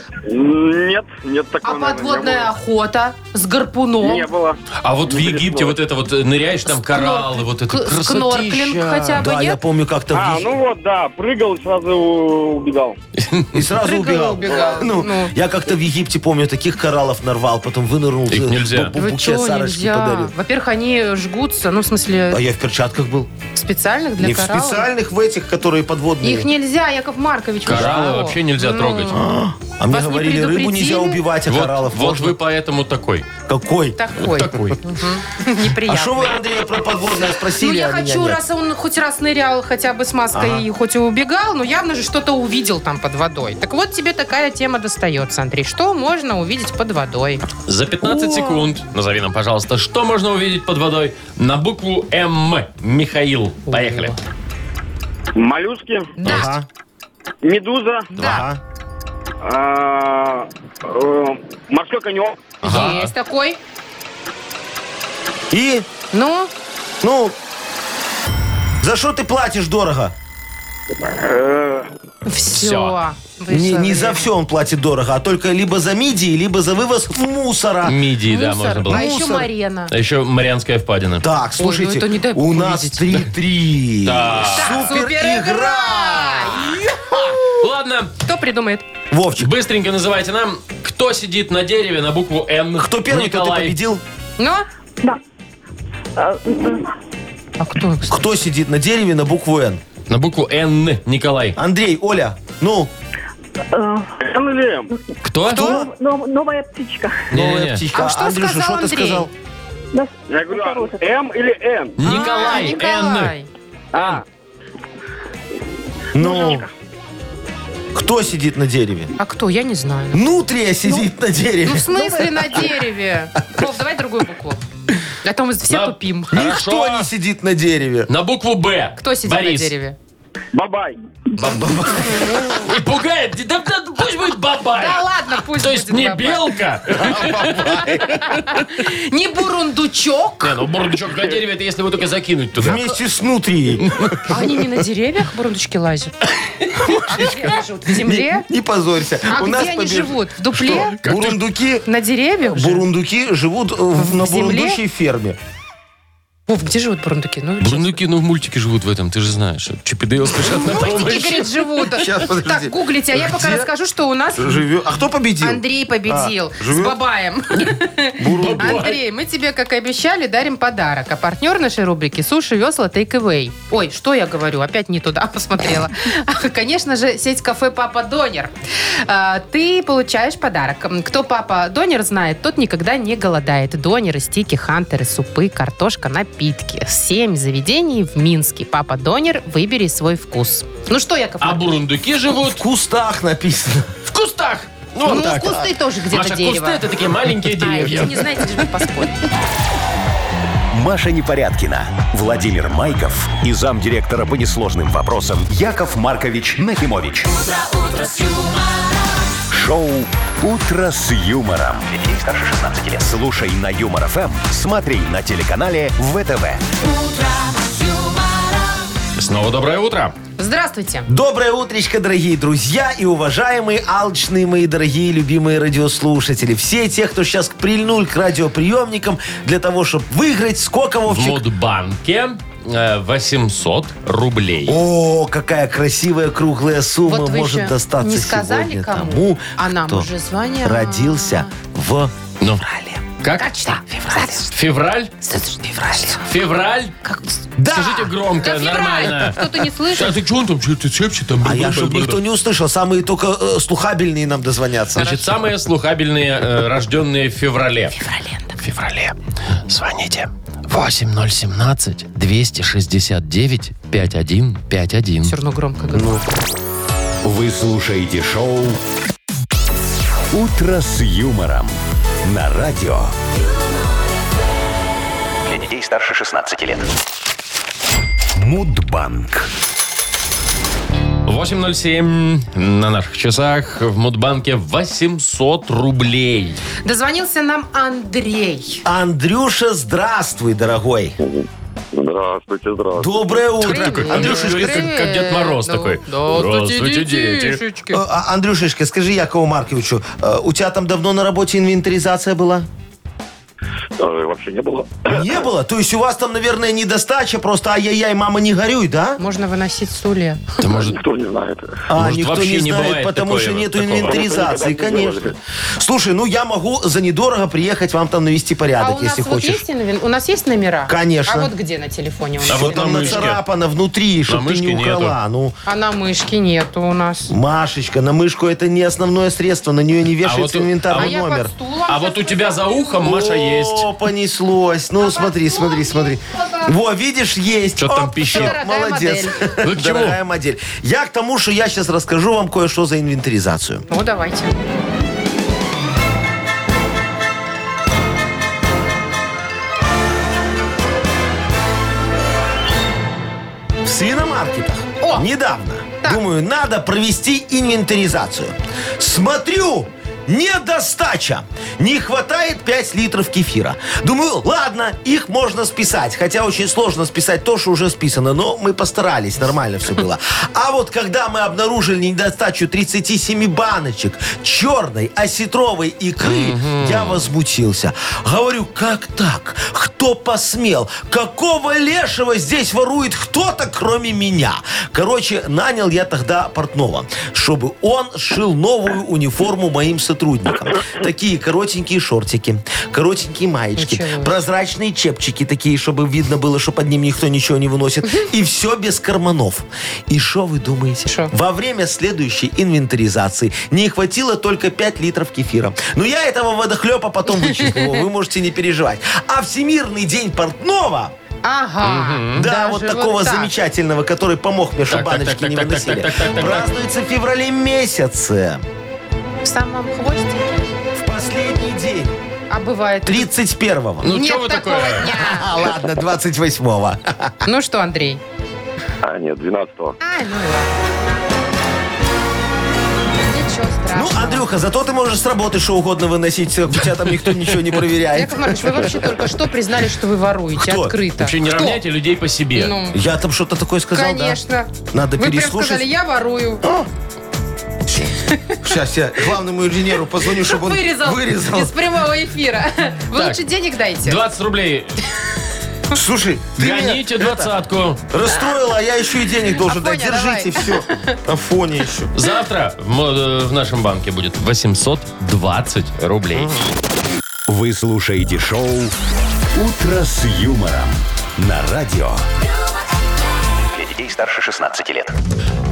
S5: Нет, нет
S3: А
S5: такого. наверное,
S3: подводная охота с гарпуном?
S5: не было.
S2: А вот в
S4: Ну,
S5: Не
S2: Египте
S5: пришло.
S2: вот это вот э, ныряешь, там кораллы, вот это
S3: К- скнорклинг
S2: красотища.
S3: хотя бы
S4: Да, я
S3: нет?
S4: помню, как-то в
S5: А,
S4: Египте-
S5: ну вот, да, прыгал и сразу убегал.
S4: И сразу
S3: Прыгал и
S4: убегал.
S3: убегал.
S4: Ну,
S3: Ну.
S4: я как-то в Египте, помню, таких кораллов нарвал, потом вынырнул.
S2: Их
S4: э,
S2: нельзя.
S4: бу- бу-
S3: Вы
S4: Букет
S3: чё,
S4: Сарочки
S3: нельзя?
S4: подарил.
S3: Во-первых, они жгутся, ну, в смысле,
S4: А я в перчатках был.
S3: специальных для
S4: Не в
S3: кораллов.
S4: специальных, в этих, которые подводные.
S3: Их нельзя, Яков Маркович. вы
S2: Кораллы
S3: что?
S2: вообще нельзя
S3: Ну,
S2: трогать.
S4: А мне
S3: Вас не
S4: говорили, рыбу нельзя
S3: предупредили?
S4: убивать, а
S2: Вот,
S4: кораллов
S2: вот
S4: можно.
S2: вы поэтому такой.
S4: Какой?
S3: Такой.
S2: Такой.
S4: А что
S3: Неприятно.
S4: вы, Андрей, про подводное
S3: Ну,
S4: спросили,
S3: я
S4: а меня
S3: хочу,
S4: нет?
S3: раз он хоть раз нырял хотя бы с маской и хоть и убегал, но явно же что-то увидел там под водой. Так вот тебе такая тема достается, Андрей. Что можно увидеть под водой?
S2: За 15 секунд назови нам, пожалуйста, что можно увидеть под водой на букву М. Михаил, поехали.
S5: Моллюски,
S3: Да,
S4: Ага,
S5: медуза,
S3: да.
S4: ага.
S5: а, э, морской конек.
S2: Ага.
S3: Есть такой.
S4: И,
S3: Ну,
S4: ну, за что ты платишь дорого?
S5: э,
S3: все.
S4: Не, не за все он платит дорого, а только либо за мидии, либо за вывоз в мусора.
S2: Мидии, да, можно было.
S3: А еще
S4: Мусор.
S3: марена.
S2: А еще Марианская впадина.
S4: Так, слушайте,
S3: ну это не дай бог
S4: у нас
S3: увидеть.
S4: 3-3.
S2: Да.
S4: Супер игра!
S2: Ладно,
S3: Кто придумает?
S4: Вовчик,
S2: быстренько называйте нам, кто сидит на дереве на букву Н.
S4: кто первый, кто ты
S2: Николай.
S4: победил?
S3: Ну?
S8: да. Э, э,
S3: А кто?
S4: Кто сидит на дереве на букву «Н»?
S2: На букву Н, Николай.
S4: Андрей, Оля, ну,
S8: э,
S5: НЛМ.
S2: Кто?
S4: Кто?
S8: но- Новая птичка.
S2: Не-не-не.
S4: новая птичка.
S3: Ну, А что
S4: Андрюша,
S3: сказал
S4: что ты
S3: Андрей?
S4: сказал?
S8: Да,
S5: Я говорю,
S8: здорово.
S5: а, М или Н?
S3: А,
S2: Николай, Н.
S3: Николай.
S5: А,
S4: Ну, кто сидит на дереве?
S3: А кто? Я не знаю.
S4: Нутрия сидит на
S3: Ну,
S4: дереве.
S3: в смысле на дереве? Вов, давай другую букву. А то мы все
S2: Да.
S3: тупим.
S4: Никто
S2: Хорошо.
S4: не сидит на дереве.
S2: На букву Б.
S3: Кто сидит
S2: Борис.
S3: на дереве?
S5: Бабай.
S2: Ой, Пугает. Да, да, пусть будет бабай.
S3: Да ладно, пусть
S2: То есть
S3: будет
S2: не
S3: баба.
S2: белка?
S3: Не бурундучок.
S2: Не, ну бурдучок на дереве, это если его только закинуть туда.
S4: Вместе с Нутрией.
S3: А они не на деревьях бурундучки лазят? А где они живут? В земле?
S4: Не позорься.
S3: А
S4: У
S3: где
S4: нас
S3: они
S4: побеж-
S3: живут? В дупле?
S4: Что? Бурундуки...
S3: На деревьях? же?
S4: Бурундуки живут э, в- на
S3: В земле?
S4: бурундущей ферме.
S3: Вов, где живут бурундуки? Ну,
S2: Бурнуки, ну, в мультике живут в этом, ты же знаешь. Чип и Дейл спешат на
S3: мультики,
S2: помощь.
S3: говорит, живут.
S4: Сейчас, подожди.
S3: Так, гуглите, а я пока
S4: Где?
S3: расскажу, что у нас
S4: Живет. А кто победил?
S3: Андрей победил.
S4: А,
S3: С
S4: живет?
S3: бабаем.
S4: Бурундуки.
S3: Андрей, мы тебе, как и обещали, дарим подарок. А партнер нашей рубрики «Суши, весла, тейк-эвэй». Ой, что я говорю? Опять не туда посмотрела. Конечно же, сеть кафе «Папа Донер». А, Ты получаешь подарок. Кто «Папа Донер» знает, тот никогда не голодает. Донеры, стики, хантеры, супы, картошка, напитки. Семь заведений в Минске. «Папа Донер», выбери свой вкус. Ну что, Яков
S2: А
S3: Маркович?
S2: бурундуки
S4: В
S2: живут
S4: кустах написано.
S2: в кустах.
S3: Ну, кусты тоже где-то
S2: а, Маша, кусты
S3: дерево.
S2: это такие маленькие
S3: А, если
S2: деревья.
S3: не знаете, же вы поспорите.
S1: Маша Непорядкина, Владимир Майков и замдиректора по несложным вопросам Яков Маркович Нахимович. Шоу Утро с юмором. Детей старше 16 лет. Слушай на юмор эм, ФМ, смотри на телеканале ВТВ.
S2: Снова доброе утро.
S3: Здравствуйте.
S4: Доброе утречко, дорогие друзья и уважаемые, алчные мои дорогие, любимые радиослушатели. Все те, кто сейчас прильнули к радиоприемникам для того, чтобы выиграть, сколько,
S2: В
S4: Вовчик?
S2: Мудбанке э, 800 рублей.
S4: О, какая красивая круглая сумма
S3: Вот вы
S4: может
S3: еще
S4: достаться
S3: не сказали
S4: сегодня
S3: кому,
S4: тому,
S3: а нам
S4: кто
S3: уже звонят.
S4: родился в
S2: Ну.
S4: феврале.
S2: Как? Февраль? Февраль?
S3: Как-
S4: Да!
S2: Скажите громко,
S3: Да февраль!
S2: нормально.
S3: Кто-то не слышит.
S2: А ты что он там что-то шепчет? Там,
S4: А я, чтобы никто не услышал, самые только э, слухабельные нам дозвонятся.
S2: Значит, самые слухабельные, э, рожденные в феврале. В феврале. Звоните. 8017-269-5151.
S3: Все равно громко
S4: Ну.
S3: говорю.
S1: Вы слушаете шоу «Утро с юмором» на радио.
S7: Для детей старше 16 лет.
S1: Мудбанк.
S2: 8.07 на наших часах. В Мудбанке 800 рублей.
S3: Дозвонился нам Андрей.
S4: Андрюша, здравствуй, дорогой.
S6: Здравствуйте, здравствуйте.
S4: Доброе утро.
S3: Привет.
S2: Андрюшечка, как- как Дед Мороз
S3: Ну,
S2: такой.
S3: Здравствуйте,
S2: Здравствуйте, дети.
S3: детишечки.
S4: Э, а- Андрюшечка, скажи Якову Марковичу, э, у тебя там давно на работе инвентаризация была?
S6: Э, Вообще не было.
S4: Не было? То есть у вас там, наверное, недостача, просто ай-яй-яй, мама, не горюй, да?
S3: Можно выносить сули.
S2: Да, может,
S6: Никто не знает.
S4: А,
S2: Может,
S4: никто
S2: вообще
S4: не
S2: не
S4: знает,
S2: бывает
S4: потому
S2: такое
S4: что
S2: вот,
S4: нету
S2: такого?
S4: инвентаризации,
S6: Никогда не
S4: конечно.
S6: делали.
S4: Слушай, ну я могу за недорого приехать вам там навести
S3: А
S4: порядок,
S3: у нас
S4: если
S3: вот
S4: хочешь.
S3: есть инвен- у нас есть номера?
S4: Конечно.
S3: А вот где на телефоне у
S2: А
S3: нас?
S2: вот
S4: там
S2: на мышке.
S4: нацарапано внутри, чтобы ты
S2: мышке
S4: не украла. Ну,
S3: А на мышке нету у нас.
S4: Машечка, на мышку это не основное средство, на нее не вешается
S2: вот у-
S3: А
S4: инвентарный
S3: я
S4: номер.
S3: под стулом.
S2: А вот у тебя за
S3: ну,
S2: ухом, Маша, есть.
S4: О, понеслось. Ну, смотри, смотри, смотри. Во, видишь, есть.
S2: Что-то там
S4: Оп,
S2: пищит.
S4: всё,
S3: Дорогая
S4: Молодец.
S3: модель.
S2: Вы к чему?
S4: Дорогая модель. Я к тому, что я сейчас расскажу вам кое-что за инвентаризацию.
S3: Ну, давайте.
S4: В свиномаркетах
S3: О!
S4: недавно,
S3: Так.
S4: думаю, надо провести инвентаризацию. Смотрю, недостача. Не хватает 5 литров кефира. Думаю, ладно, их можно списать. Хотя очень сложно списать то, что уже списано. Но мы постарались, нормально все было. А вот когда мы обнаружили недостачу 37 баночек черной осетровой икры, я возмутился. Говорю, как так? Кто посмел? Какого лешего здесь ворует кто-то, кроме меня? Короче, нанял я тогда портного, чтобы он сшил новую униформу моим сотрудникам. Такие коротенькие шортики, коротенькие маечки,
S3: Ничего.
S4: прозрачные чепчики такие, чтобы видно было, что под ним никто ничего не выносит. И все без карманов. И что вы думаете?
S3: Шо?
S4: Во время следующей инвентаризации не хватило только 5 литров кефира. Но я этого водохлепа потом вычислил, вы можете не переживать. А Всемирный день портного
S3: Ага.
S4: да,
S3: Даже
S4: вот такого
S3: так.
S4: замечательного, который помог мне, чтобы
S2: Так, так,
S4: баночки
S2: так,
S4: не
S2: так, так,
S4: выносили.
S2: так, так, так, так.
S4: Празднуется в феврале месяце.
S3: В самом хвостике.
S4: В последний день.
S3: А бывает.
S4: 31-го.
S2: Ну,
S3: Нет
S2: что вы
S3: такого
S2: такое?
S3: дня.
S4: А, ладно, 28-го.
S3: Ну что, Андрей?
S6: А, нет, 12-го.
S3: А, ну и ладно. Ничего
S4: Ну,
S3: страшного.
S4: Андрюха, зато ты можешь с работы что угодно выносить. э, У тебя там никто ничего не проверяет.
S3: Яков Маркович, вы вообще только что признали, что вы воруете
S4: а Кто?
S3: открыто.
S2: Вообще не
S3: Кто?
S2: равняйте людей по себе.
S3: Ну,
S4: Я там что-то такое сказал,
S3: конечно.
S4: да? Надо
S3: Вы прям сказали,
S4: переслушать. А,
S3: я ворую.
S4: Сейчас я главному инженеру позвоню, чтобы он
S3: вырезал,
S4: вырезал.
S3: из прямого эфира. Вы
S2: Так.
S3: лучше денег дайте.
S2: 20 рублей.
S4: Слушай, ты меня
S2: Гоните двадцатку.
S4: расстроила, а я еще и денег должен дать.
S3: Афоня, давай.
S4: Держите все. Афоня еще.
S2: Завтра в, мо- э, в нашем банке будет 820 рублей.
S1: Вы слушаете шоу «Утро с юмором» на радио.
S7: Для детей старше 16 лет.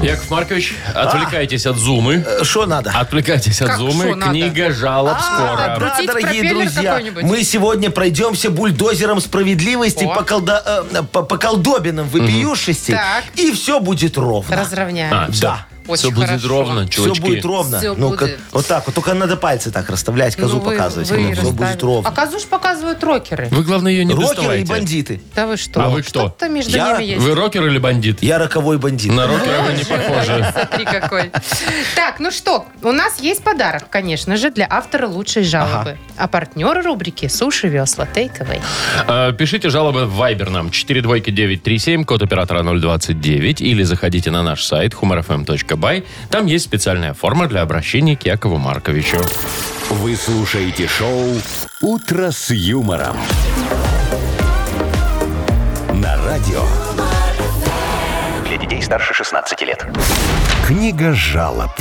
S2: Яков Маркович,
S4: А.
S2: отвлекайтесь от зумы.
S4: Э, Что надо?
S2: Отвлекайтесь от
S3: Как шо
S2: зумы.
S3: надо?
S2: Книга жалоб
S4: А,
S2: А, скоро.
S4: да,
S3: Крутить
S4: дорогие
S3: пропеллер
S4: друзья,
S3: какой-нибудь.
S4: мы сегодня пройдемся бульдозером справедливости
S3: О.
S4: по, колда- э, по, по колдобинам выпиюшести,
S3: Так.
S4: и все будет ровно.
S3: Разровняем.
S2: А, всё.
S4: Да.
S3: Очень
S2: Все будет
S3: хорошо.
S2: ровно,
S4: Все
S2: чувачки.
S4: будет ровно.
S3: Всё
S4: ну,
S3: будет.
S4: как- вот так вот. Только надо пальцы так расставлять, козу
S3: Ну, вы-
S4: показывать.
S3: вы и
S4: все будет
S3: расставили.
S4: ровно.
S3: А козу ж показывают рокеры.
S2: Вы, главное, ее не
S4: Рокеры и
S2: доставайте.
S4: бандиты.
S3: Да вы что?
S2: Ну, А вы кто?
S3: Что-то между
S4: Я?
S3: ними есть.
S2: Вы рокер или бандит?
S4: Я роковой бандит.
S2: На рокера вы не
S3: Живой,
S2: похожи.
S3: Смотри какой. Так, ну что, у нас есть подарок, конечно же, для автора лучшей жалобы. А партнер рубрики «Суши весла» Тейковой.
S2: Э, Пишите жалобы в Viber нам 42937, код оператора 029, или заходите на наш сайт humorfm.by. Там есть специальная форма для обращения к Якову Марковичу.
S1: Вы слушаете шоу «Утро с юмором». На радио
S7: Для детей старше 16 лет.
S1: «Книга жалоб».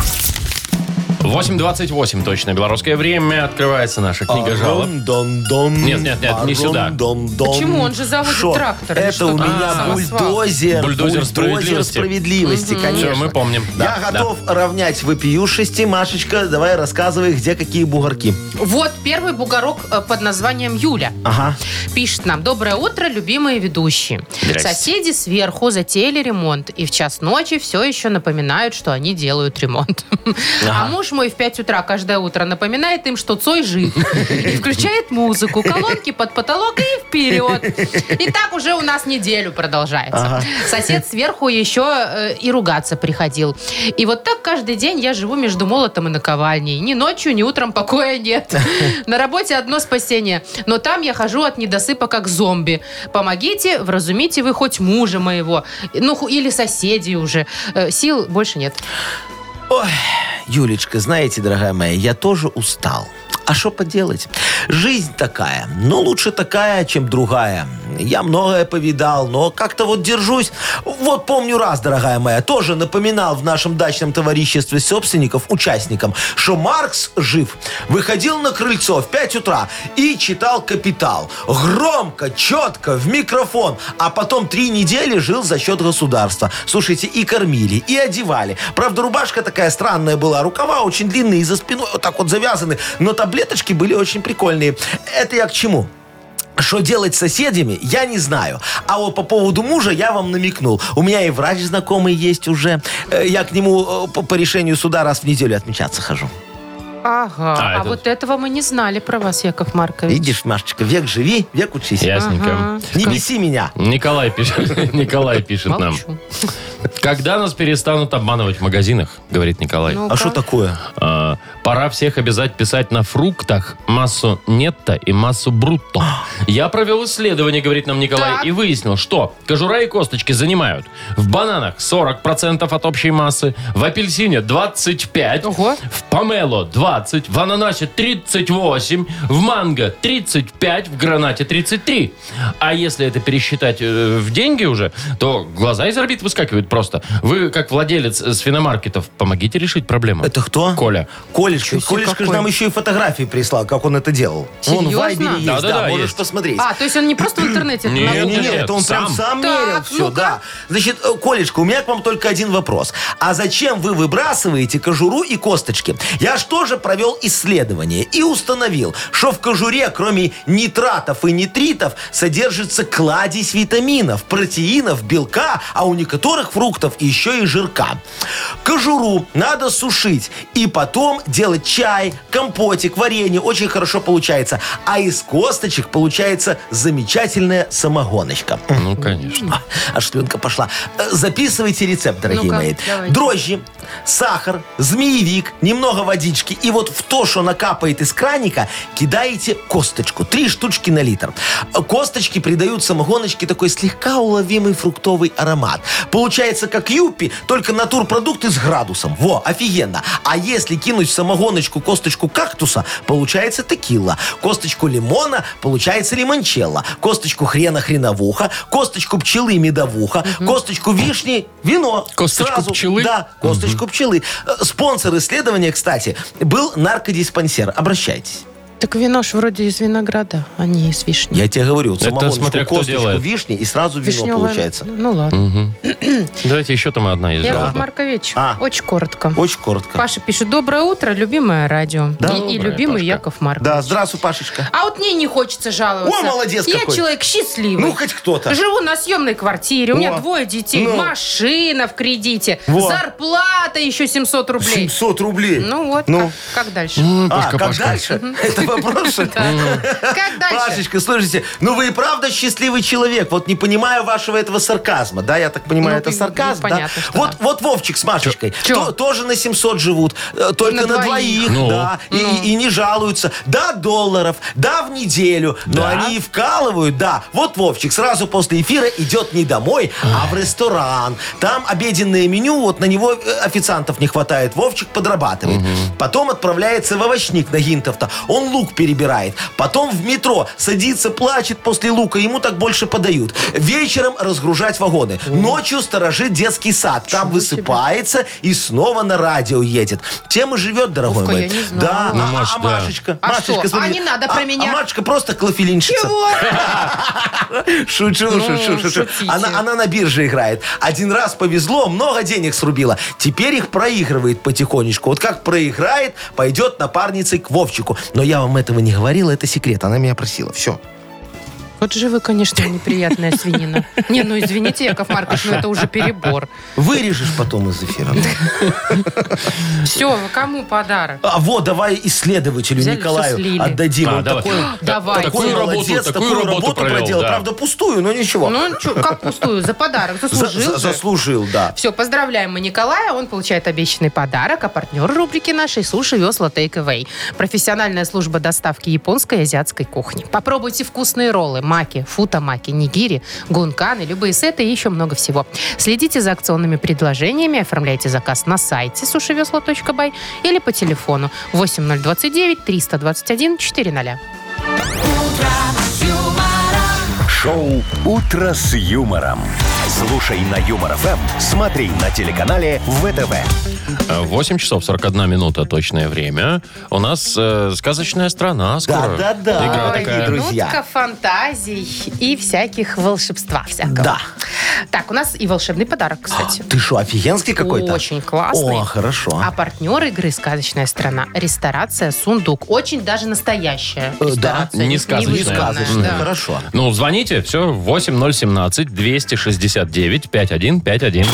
S2: 8.28 точно белорусское время. Открывается наша книга жалоб.
S4: Дон-дон.
S2: Нет, нет, нет, не сюда.
S3: Почему? Он же заводит трактор или
S4: Это
S3: что-то
S4: у меня
S3: там.
S4: бульдозер.
S2: Бульдозер справедливости.
S4: справедливости, конечно.
S2: Все, мы помним.
S4: Я
S2: Да, да.
S4: готов равнять вопиюшести. Машечка, давай рассказывай, где какие бугорки.
S3: Вот первый бугорок э, под названием Юля.
S4: Ага.
S3: Пишет нам, доброе утро, любимые ведущие.
S2: Здрасте.
S3: Соседи сверху затеяли ремонт, и в час ночи все еще напоминают, что они делают ремонт. А муж мой в 5 утра каждое утро напоминает им, что Цой жив. И включает музыку, колонки под потолок и вперед. И так уже у нас неделю продолжается. Сосед сверху еще э, и ругаться приходил. И вот так каждый день я живу между молотом и наковальней. Ни ночью, ни утром покоя нет. На работе одно спасение. Но там я хожу от недосыпа как зомби. Помогите, вразумите вы хоть мужа моего. Ну, ху- или соседей уже. Э, Сил больше нет.
S4: Юлечка, знаете, дорогая моя, я тоже устал. А что поделать? Жизнь такая, но лучше такая, чем другая. Я многое повидал, но как-то вот держусь. Вот помню раз, дорогая моя, тоже напоминал в нашем дачном товариществе собственников, участникам, что Маркс жив. Выходил на крыльцо в 5 утра и читал «Капитал». Громко, четко, в микрофон. А потом три недели жил за счет государства. Слушайте, и кормили, и одевали. Правда, рубашка такая странная была. Рукава очень длинные, и за спиной вот так вот завязаны. Но таблеточки были очень прикольные. Это я к чему? Что делать с соседями, я не знаю. А вот по поводу мужа я вам намекнул. У меня и врач знакомый есть уже. Э, Я к нему э, по, по решению суда раз в неделю отмечаться хожу.
S3: Ага.
S2: А,
S3: А,
S2: этот-
S3: вот этого мы не знали про вас, Яков Маркович.
S4: Видишь, Машечка, век живи, век учись.
S2: Ясненько.
S3: Ага.
S4: Не беси меня.
S2: Николай пишет, Николай пишет нам.
S3: Молчу.
S2: Когда нас перестанут обманывать в магазинах, говорит Николай.
S3: Ну-ка.
S4: А что такое?
S2: А, пора всех обязать писать на фруктах массу нетто и массу брутто. Я провел исследование, говорит нам Николай,
S3: Так.
S2: и выяснил, что кожура и косточки занимают в бананах 40% от общей массы, в апельсине 25%,
S3: Ого.
S2: в помело 20%, в ананасе 38%, в манго 35%, в гранате 33%. А если это пересчитать э, в деньги уже, то глаза из орбит выскакивают просто. Вы, как владелец э, свиномаркетов, помогите решить проблему.
S4: Это кто?
S2: Коля.
S4: Колечка.
S3: Чё себе
S4: Колечка же
S3: какой.
S4: нам еще и фотографии прислал, как он это делал. Он в
S3: Серьезно?
S4: Вайбере есть, да,
S2: Да-да-да,
S4: можешь
S2: есть.
S4: посмотреть.
S3: А, то есть он не просто в интернете это
S2: Нет,
S3: нашел?
S2: нет,
S4: Не-не-не, это он
S2: сам.
S4: прям сам
S3: Так, ну
S4: мерил все,
S3: ну-ка.
S4: да. Значит, э, Колечка, у меня к вам только один вопрос. А зачем вы выбрасываете кожуру и косточки? Я ж тоже провел исследование и установил, что в кожуре, кроме нитратов и нитритов, содержится кладезь витаминов, протеинов, белка, а у некоторых фруктов еще и жирка. Кожуру надо сушить и потом делать чай, компотик, варенье. Очень хорошо получается. А из косточек получается замечательная самогоночка.
S2: Ну, конечно.
S4: А, аж слюнка пошла. Э, Записывайте рецепт, дорогие
S3: Ну-ка,
S4: мои.
S3: давайте.
S4: Дрожжи, сахар, змеевик, немного водички. И вот в то, что накапает из краника, кидаете косточку. Три штучки на литр. Э, Косточки придают самогоночке такой слегка уловимый фруктовый аромат. Получается, как юпи, только натурпродукты с градусом. Во, офигенно. А если кинуть в самогоночку косточку кактуса, получается текила. Косточку лимона получается лимончелло. Косточку хрена хреновуха. Косточку пчелы медовуха. Косточку вишни вино.
S2: Косточку
S4: Сразу.
S2: пчелы?
S4: Да, косточку пчелы. Э, Спонсор исследования, кстати, был наркодиспансер. Обращайтесь.
S3: Так вино ж вроде из винограда, а не из вишни.
S4: Я тебе говорю, вот
S2: Это смотря
S4: самогоночку,
S2: кто
S4: косточку
S2: делает.
S4: вишни и сразу вино
S3: Вишневое-
S4: получается.
S3: Ну ладно.
S2: Давайте еще там одна есть
S3: Яков
S2: жалоба.
S3: Маркович,
S4: А.
S3: очень коротко.
S4: Очень коротко.
S3: Паша пишет, доброе утро, любимое радио.
S4: Да.
S3: и, и
S2: Доброе,
S3: любимый
S2: Пашка.
S3: Яков Маркович.
S4: Да, здравствуй, Пашечка.
S3: А вот мне не хочется жаловаться.
S4: О, молодец
S3: Я
S4: какой.
S3: человек счастливый.
S4: Ну, хоть кто-то.
S3: Живу на съемной квартире, у меня
S4: О.
S3: двое детей,
S4: Ну.
S3: машина в кредите,
S4: Во.
S3: зарплата еще 700 рублей.
S4: 700 рублей.
S3: Ну вот,
S4: Ну.
S3: Как, как дальше?
S2: Ой,
S4: а,
S2: Пашка,
S4: как
S2: Пашка.
S4: дальше? Это вопрос, что ли?
S3: Как дальше?
S4: Пашечка, слушайте, ну вы и правда счастливый человек. Вот не понимаю вашего этого сарказма, да? Я так понимаю,
S3: Ну,
S4: это
S3: ты-
S4: сарказм,
S3: ну,
S4: да?
S3: понятно, что
S4: вот,
S3: да.
S4: вот Вовчик с Машечкой
S3: Чё?
S4: то- тоже на 700 живут, э,
S3: На
S4: только на,
S3: двоих.
S4: двоих,
S2: Ну.
S4: да, и- И, не жалуются. Да, долларов, да, в неделю, но
S2: Да?
S4: они и вкалывают, да. Вот Вовчик сразу после эфира идет не домой, а в ресторан. Там обеденное меню, вот на него э, официантов не хватает. Вовчик подрабатывает. Потом отправляется в овощник на гинтов-то. Он лук перебирает. Потом в метро садится, плачет после лука. Ему так больше подают. Вечером разгружать вагоны. Ночью сторожит детский сад. Там высыпается и снова на радио едет. Тем и живет, дорогой
S3: Ух, я
S4: мой.
S3: не знала.
S4: Да,
S2: Ну,
S4: а-
S2: Маш,
S4: а,
S2: да.
S4: Машечка,
S3: А
S4: Машечка,
S3: что?
S4: смотри.
S3: А не надо про
S4: а-
S3: меня.
S4: А Машечка просто клофелинщица.
S3: Чего? Ну,
S4: Шучу, шучу, шучу.
S3: шутите.
S4: Она, она на бирже играет. Один раз повезло, много денег срубила. Теперь их проигрывает потихонечку. Вот как проиграет, пойдет напарницей к Вовчику. Но я вам этого не говорила, это секрет. Она меня просила. Все.
S3: Вот же вы, конечно, неприятная свинина. Не, ну извините, Яков Маркович, но это уже перебор.
S4: Вырежешь потом из эфира.
S3: Все, кому подарок?
S4: А вот, давай исследователю
S3: Взяли, всё слили.
S4: Николаю отдадим.
S2: А,
S4: Он
S2: давай.
S4: такой,
S3: Давай.
S4: такой
S2: Такую работу,
S4: молодец,
S2: такую
S4: такую,
S2: работу
S4: работу,
S2: провел,
S4: проделал.
S2: да.
S4: Правда, пустую, но ничего.
S3: Ну, чё, как пустую, за подарок,
S4: За- за-
S3: заслужил же.
S4: заслужил, да.
S3: Все, поздравляем мы Николая. Он получает обещанный подарок, а партнер рубрики нашей «Суши Весла Take Away». Профессиональная служба доставки японской и азиатской кухни. Попробуйте вкусные роллы, маки, футамаки, нигири, гунканы, любые сеты и еще много всего. Следите за акционными предложениями, оформляйте заказ на сайте сушевесла.бай или по телефону 8029 321 400.
S1: Шоу «Утро с юмором». Слушай на Юмор ФМ, смотри на телеканале ВТВ.
S2: 8 А, часов 41 минута точное время. У нас э, сказочная страна скоро.
S4: Да-да-да.
S2: Игра
S4: Ой,
S2: такая.
S4: друзья.
S3: Минутка фантазий и всяких волшебства всякого.
S4: Да. А,
S3: Так, у нас и волшебный подарок, кстати.
S4: Ты что, офигенский какой-то?
S3: Очень классный.
S4: О, хорошо.
S3: А партнер игры «Сказочная страна» – ресторация «Сундук». Очень даже настоящая
S4: Э, да,
S3: ресторация.
S2: не сказочная.
S4: Не
S3: выдуманная,
S4: сказочная,
S3: да.
S4: хорошо.
S2: Ну, звоните, все, 8017-269-5151.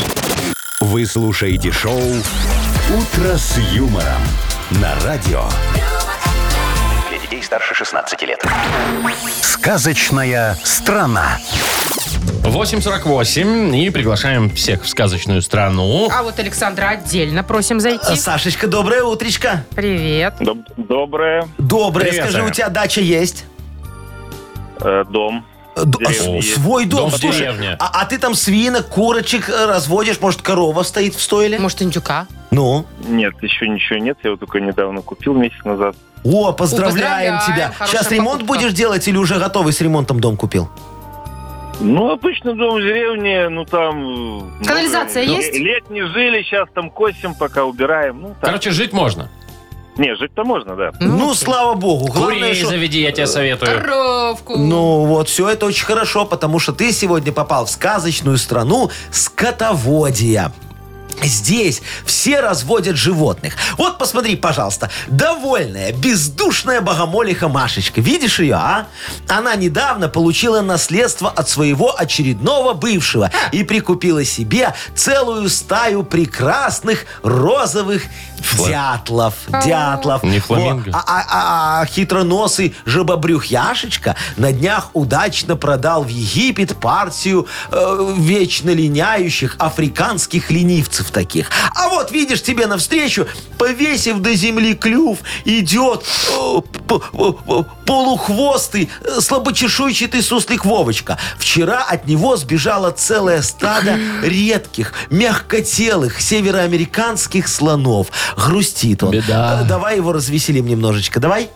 S1: Вы слушаете шоу «Утро с юмором» на радио.
S7: Для детей старше 16 лет.
S1: «Сказочная страна».
S2: 8.48, и приглашаем всех в сказочную страну.
S3: А вот Александра отдельно просим зайти.
S4: А, Сашечка, доброе утречко.
S3: Привет.
S6: Доб- Доброе.
S4: Доброе.
S2: Привет,
S4: Скажи,
S2: Саня.
S4: у тебя дача есть?
S6: Э, Дом.
S4: Э, д- а,
S6: Деревня
S4: с-
S6: есть.
S4: Свой дом,
S2: Дом в
S4: слушай.
S2: деревне.
S4: А, а ты там свинок, курочек э, разводишь, может, корова стоит в стойле?
S3: Может, индюка?
S4: Ну.
S6: Нет, еще ничего нет. Я его только недавно купил, месяц назад.
S4: О, поздравляем,
S3: поздравляем,
S4: тебя.
S3: хорошая
S4: Сейчас ремонт
S3: покупка.
S4: будешь делать или уже готовый с ремонтом дом купил?
S6: Ну, обычно дом в деревне, ну там... э,
S3: Канализация
S6: много-
S3: есть?
S6: Ле- Лет не жили, сейчас там косим, пока убираем. Ну, так.
S2: Короче, жить можно.
S6: Не, жить-то можно, да.
S4: Ну,
S3: окей.
S4: слава богу. Главное,
S2: Курей
S4: что... Э,
S2: заведи, я тебе советую.
S3: Коровку.
S4: Ну вот, все это очень хорошо, потому что ты сегодня попал в сказочную страну скотоводия. Здесь все разводят животных. Вот посмотри, пожалуйста, довольная, бездушная богомолиха Машечка. Видишь ее, а? Она недавно получила наследство от своего очередного бывшего и прикупила себе целую стаю прекрасных розовых
S2: Фла-
S4: дятлов. Дятлов.
S2: Не
S4: Во,
S2: фламинго.
S4: а а, а- а хитроносый жабобрюх Яшечка на днях удачно продал в Египет партию э, вечно линяющих африканских ленивцев таких. А вот видишь, тебе навстречу, повесив до земли клюв, идет э, п- п- п- полухвостый, э, слабочешуйчатый суслик Вовочка. Вчера от него сбежало целое стадо редких, мягкотелых североамериканских слонов. Грустит он.
S2: Беда.
S4: Э, Давай его развеселим немножечко. Давай.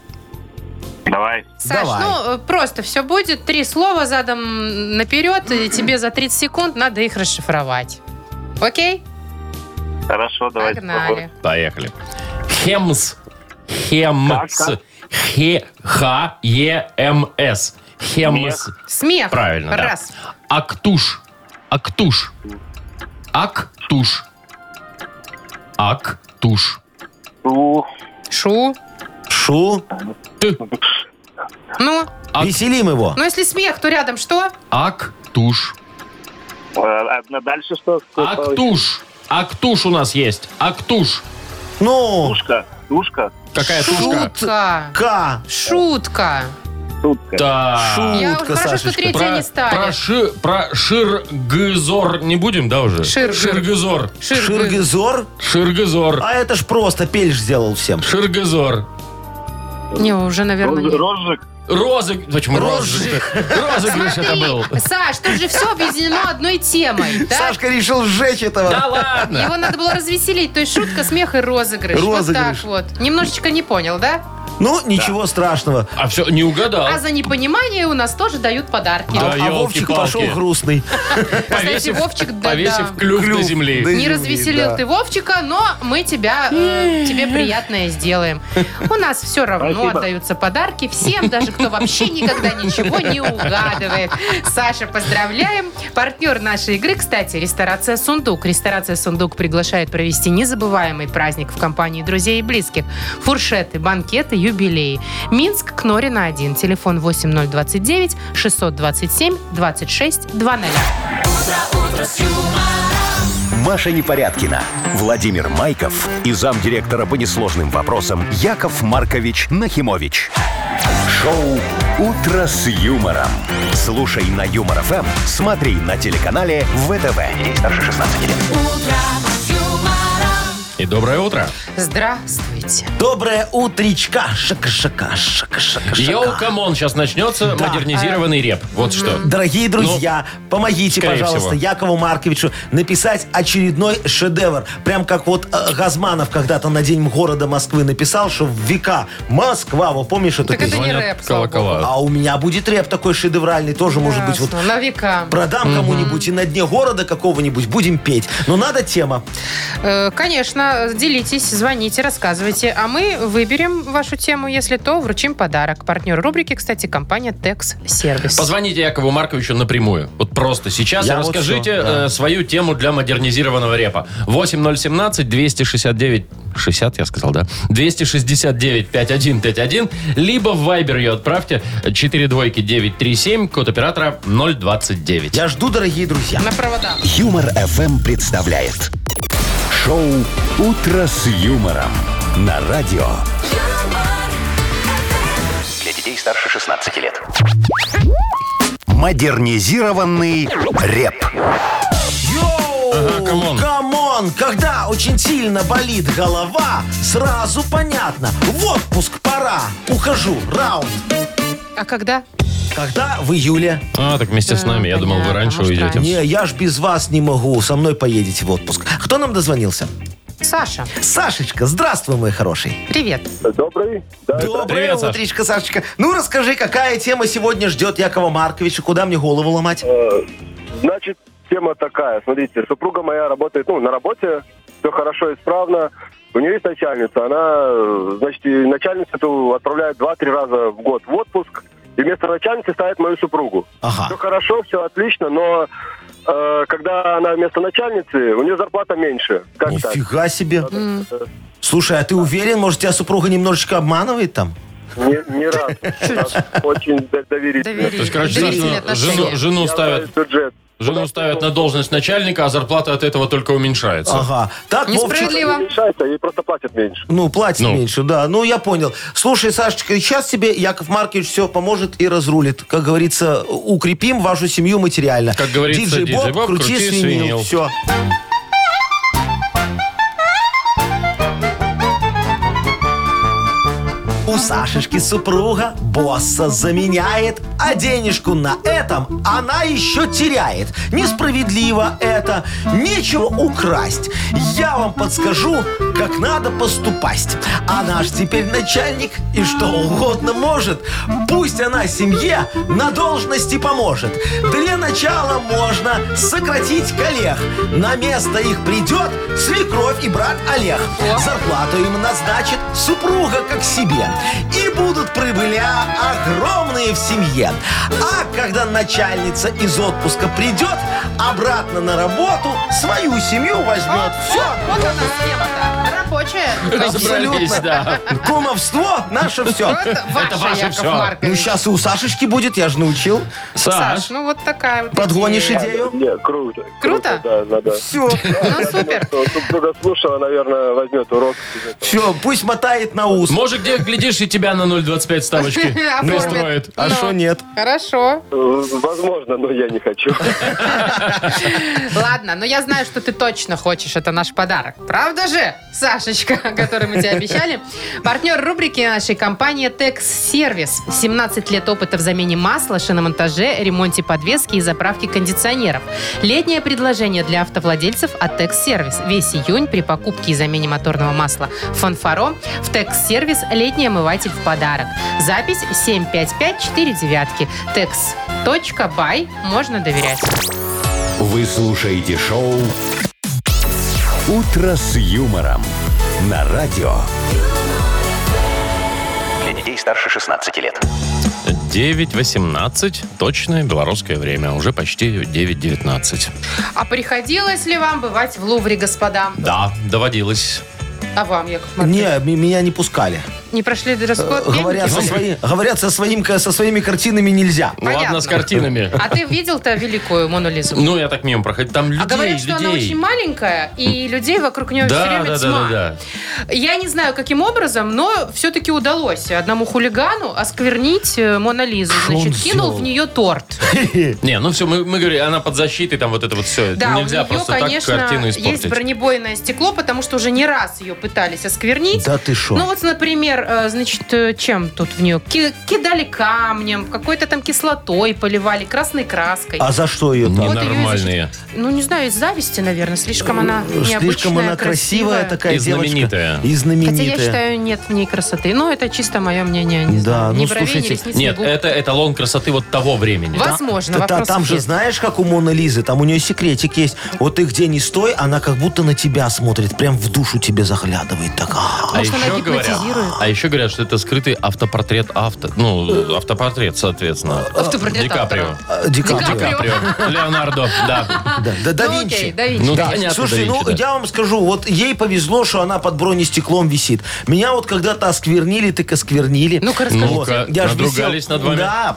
S6: Давай.
S3: Саш,
S4: давай.
S3: ну э, просто все будет. Три слова задом наперед, и тебе за 30 секунд надо их расшифровать. Окей?
S6: Хорошо, давайте. попробуем.
S3: Погнали.
S2: Поехали. Хемс. Хемс.
S6: Как,
S2: Хе, ха, е, м, с. Хемс.
S3: Смех.
S2: Правильно, да.
S3: Раз.
S2: Актуш. Актуш. Актуш. Актуш.
S6: Ух,
S3: Шу.
S4: Шу.
S3: Ну,
S2: Ак-
S4: Веселим его.
S3: ну если смех, то рядом что?
S2: Актуш.
S6: а а дальше что?
S2: Актуш. Актуш у нас есть. Актуш.
S4: Ну,
S6: Тушка, тушка,
S2: Какая тушка?
S3: Шутка.
S4: ка.
S3: Шутка.
S6: тутка.
S2: Да.
S3: Я вот
S4: Шутка,
S3: хорошо, что
S4: Сашечка.
S3: третья не
S2: А Про, про,
S3: стали.
S2: ши- про ширгызор не будем, да, уже?
S3: Шир-
S2: Ширгызор.
S3: Ширгы.
S4: Ширгизор.
S2: Ширгызор.
S4: А это ж просто пельш сделал всем.
S2: Ширгызор.
S3: Не, уже, наверное,
S6: Роз-
S3: нет.
S6: Розжиг.
S2: Розыг... Почему розыгрыш? Розыгрыш это был.
S3: Саш, тут же все объединено одной темой, да?
S4: Сашка решил сжечь этого.
S2: Да ладно.
S3: Его надо было развеселить, то есть шутка, смех и розыгрыш.
S4: Розыгрыш.
S3: Вот так вот. Немножечко не понял, да?
S4: Ну, ничего страшного.
S2: А все, не угадал.
S3: А за непонимание у нас тоже дают подарки.
S2: Да,
S4: а Вовчик пошел
S2: ёлки-палки.
S4: грустный.
S3: Кстати, Вовчик, да,
S2: повесив
S3: да.
S2: клюв до
S4: Клюв
S2: земли.
S4: до
S3: Не
S4: земли,
S3: развеселил
S4: да.
S3: ты Вовчика, но мы тебя, э, тебе приятное сделаем. У нас все равно
S6: Спасибо.
S3: отдаются подарки всем, даже кто вообще никогда ничего не угадывает. Саша, поздравляем. Партнер нашей игры, кстати, ресторация «Сундук». Ресторация «Сундук» приглашает провести незабываемый праздник в компании друзей и близких. Фуршеты, банкеты, юбилеи. Минск, Кнорина 1, телефон 8029 627 26 00.
S1: Маша Непорядкина, Владимир Майков и замдиректора по несложным вопросам Яков Маркович Нахимович. Шоу «Утро с юмором». Слушай на Юмор ФМ, смотри на телеканале ВТВ. Ей старше 16 лет.
S2: И доброе утро.
S3: Здравствуйте.
S4: Доброе утречка. Шака-шака, шака-шака,
S2: Йоу,
S4: шака.
S2: камон, сейчас начнется
S3: А,
S2: модернизированный реп. Вот что.
S4: Дорогие друзья, помогите,
S2: Ну, скорее
S4: пожалуйста,
S2: всего.
S4: Якову Марковичу написать очередной шедевр. Прям как вот э, Газманов когда-то на День города Москвы написал, что в века Москва, вы помнишь эту
S3: Так это
S4: песню?
S3: не
S2: Звонят
S3: рэп, слава
S2: колокола.
S4: А у меня будет рэп такой шедевральный, тоже может быть вот
S3: Ясно, на века.
S4: продам кому-нибудь и на дне города какого-нибудь будем петь. Но надо тема.
S3: Э, Конечно, делитесь, звоните, рассказывайте. А мы выберем вашу тему, если то, вручим подарок. Партнер рубрики, кстати, компания Текс Сервис.
S2: Позвоните Якову Марковичу напрямую. Вот просто сейчас
S4: Я
S2: и
S4: вот
S2: расскажите
S4: всё, да.
S2: э, свою тему для модернизированного репа. 8017 269 60, я сказал, да? 269 5151 либо в Viber ее отправьте 4 двойки 937 код оператора 029.
S4: Я жду, дорогие друзья.
S3: На провода.
S1: Юмор ФМ представляет. Шоу «Утро с юмором» на радио.
S7: Для детей старше 16 лет.
S1: Модернизированный реп.
S4: Йоу!
S2: камон.
S4: Камон! Когда очень сильно болит голова, сразу понятно. В отпуск пора. Ухожу. Раунд.
S3: А когда?
S4: Когда? В июле.
S2: А, так вместе с
S3: Да,
S2: нами. Я думал, вы
S3: понятно,
S2: раньше
S3: может,
S2: уйдете.
S3: раньше.
S4: Не, я ж без вас не могу. Со мной поедете в отпуск. Кто нам дозвонился?
S3: Саша,
S4: Сашечка, здравствуй, мой хороший.
S3: привет.
S5: Добрый. Да,
S4: Доброе
S2: Саш.
S4: утречко, Сашечка. Ну, расскажи, какая тема сегодня ждет Якова Марковича? Куда мне голову ломать?
S5: э, значит, тема такая. Смотрите, супруга моя работает, ну, на работе, все хорошо, исправно. У нее есть начальница. Она, э, значит, и начальницу эту отправляет 2-3 раза в год в отпуск. И вместо начальницы ставит мою супругу. Все
S4: Ага.
S5: хорошо, все отлично, но э, когда она вместо начальницы, у нее зарплата меньше. Как так? Э,
S4: Нифига себе.
S3: М,
S4: Слушай, а ты уверен, может, тебя супруга немножечко обманывает там?
S5: Не, не раз. Очень д- доверительно.
S3: Доверительно.
S2: То есть, короче,
S3: Доверительные
S2: Сашу- жену,
S3: отношения.
S2: жену
S5: Я
S2: ставят,
S5: знаю бюджет.
S2: жену ставят на должность начальника, а зарплата от этого только уменьшается.
S4: Ага. Так, Вовчик,
S3: Несправедливо.
S5: Мешается, ей просто платят меньше.
S4: Ну, платит
S2: Ну.
S4: меньше, да. Ну, я понял. Слушай, Сашечка, сейчас тебе Яков Маркович все поможет и разрулит. Как говорится, укрепим вашу семью материально.
S2: Как говорится,
S4: диджей Боб, крути, свинил. Все. У Сашечки супруга босса заменяет, а денежку на этом она еще теряет. Несправедливо это, нечего украсть. Я вам подскажу, как надо поступасть. А наш теперь начальник и что угодно может. Пусть она семье на должности поможет. Для начала можно сократить коллег. На место их придет свекровь и брат Олег. Зарплату им назначит супруга как себе. И будут прибыля огромные в семье. А когда начальница из отпуска придет, обратно на работу свою семью возьмет. Все.
S3: Вот она схема-то. Рабочая.
S2: Разобрались, да.
S4: Кумовство наше все.
S3: Вот ваше,
S2: ваше
S3: Яков
S2: всё.
S4: Ну,
S3: Маркович.
S4: сейчас и у Сашечки будет, я же научил.
S2: Саш,
S3: Саш, ну вот такая вот.
S4: Подгонишь
S3: идея.
S4: идею.
S5: Не, круто.
S3: Круто?
S5: Да, да, да.
S4: Все,
S3: Ну, супер.
S5: Что Супруга слушала, наверное, возьмет урок. из этого.
S4: все, пусть мотает на ус.
S2: может, где глядишь, и тебя на 0,25 ставочки
S3: Оформит.
S2: настроит.
S4: А
S3: Ну.
S4: что нет?
S3: Хорошо.
S5: Э, Возможно, но я не хочу.
S3: Ладно, но я знаю, что ты точно хочешь. Это наш подарок. Правда же, Сашечка, который мы тебе обещали? Партнер рубрики нашей компании «Текс Сервис». 17 лет опыта в замене масла, шиномонтаже, ремонте подвески и заправке кондиционеров. Летнее предложение для автовладельцев от «Текс Сервис». Весь июнь при покупке и замене моторного масла «Фанфаро» в «Текс Сервис» летний омыватель в подарок. Запись 75549. Tex.by. Можно доверять.
S1: Вы слушаете шоу «Утро с юмором» на радио.
S7: Для детей старше 16 лет.
S2: 9.18, точное белорусское время, уже почти 9.19.
S3: А приходилось ли вам бывать в Лувре, господа?
S2: Да, доводилось.
S3: А вам, Яков Маркович?
S4: Не, м- меня не пускали.
S3: Не прошли
S4: Э,
S3: дресс-код? Я не
S4: Говорят, со,
S3: понимаю.
S4: свои- говорят со, своим, ка- со своими картинами нельзя.
S3: Понятно.
S2: Ладно, с картинами.
S3: А ты видел-то великую Мону Лизу?
S2: Ну, я так мимо проходил. Там людей,
S3: а говорят, что она
S2: людей.
S3: очень маленькая, и людей вокруг нее все
S2: да,
S3: время
S2: да, да,
S3: тьма.
S2: да, да.
S3: Я не знаю, каким образом, но все-таки удалось одному хулигану осквернить э, Мона Лизу.
S4: Что он
S3: Значит, кинул
S4: сделал?
S3: в нее торт.
S2: Не, ну все, мы, мы говорим, она под защитой, там вот это вот все.
S3: Да,
S2: Нельзя
S3: у нее,
S2: просто
S3: конечно,
S2: так картину испортить.
S3: есть бронебойное стекло, потому что уже не раз ее пытались осквернить.
S4: Да ты шо?
S3: Ну вот, например, э, значит, э, чем тут в нее? Ки- Кидали камнем, какой-то там кислотой поливали, красной краской.
S4: А за что ее так?
S3: Вот ее и
S2: Ненормальные.
S3: Ну, не знаю, из зависти, наверное. Слишком М-м, она необычная,
S4: Э, Слишком она красивая, такая
S2: И
S4: девочка.
S2: знаменитая.
S4: И
S3: Хотя
S4: знаменитая.
S3: я считаю, нет в ней красоты. Но это чисто мое мнение. Не
S4: Да,
S3: знаю.
S4: ну,
S3: ни бровей,
S4: слушайте,
S3: ни ресниц, ни
S2: Нет,
S3: губ.
S2: это эталон красоты вот того времени.
S3: Возможно,
S4: Та- та-
S3: вопрос
S4: там же знаешь, как у Мона Лизы, там у нее секретик есть. Вот ты где не стой, она как будто на тебя смотрит, прям в душу тебе заглядывает. Так, а.
S2: А
S3: Может, она
S2: еще, говорят,
S3: гипнотизирует?
S2: а еще говорят, что это скрытый автопортрет авто. Ну, автопортрет, соответственно.
S3: Автопортрет
S2: Ди Каприо.
S3: автора.
S4: Э, Ди Каприо.
S3: Ди Каприо.
S2: Каприо. Леонардо, да.
S4: Да, да, да
S3: Ну,
S4: Винчи.
S3: окей, да Винчи.
S2: Ну,
S4: Да,
S2: понятно,
S4: слушай,
S2: да,
S4: ну
S2: Винчи, да.
S4: я вам скажу, вот ей повезло, что она под бронестеклом висит. Меня вот когда-то осквернили, так осквернили.
S3: Ну-ка, расскажите.
S2: Ну-ка,
S4: ж
S2: надругались над вами?
S4: Да.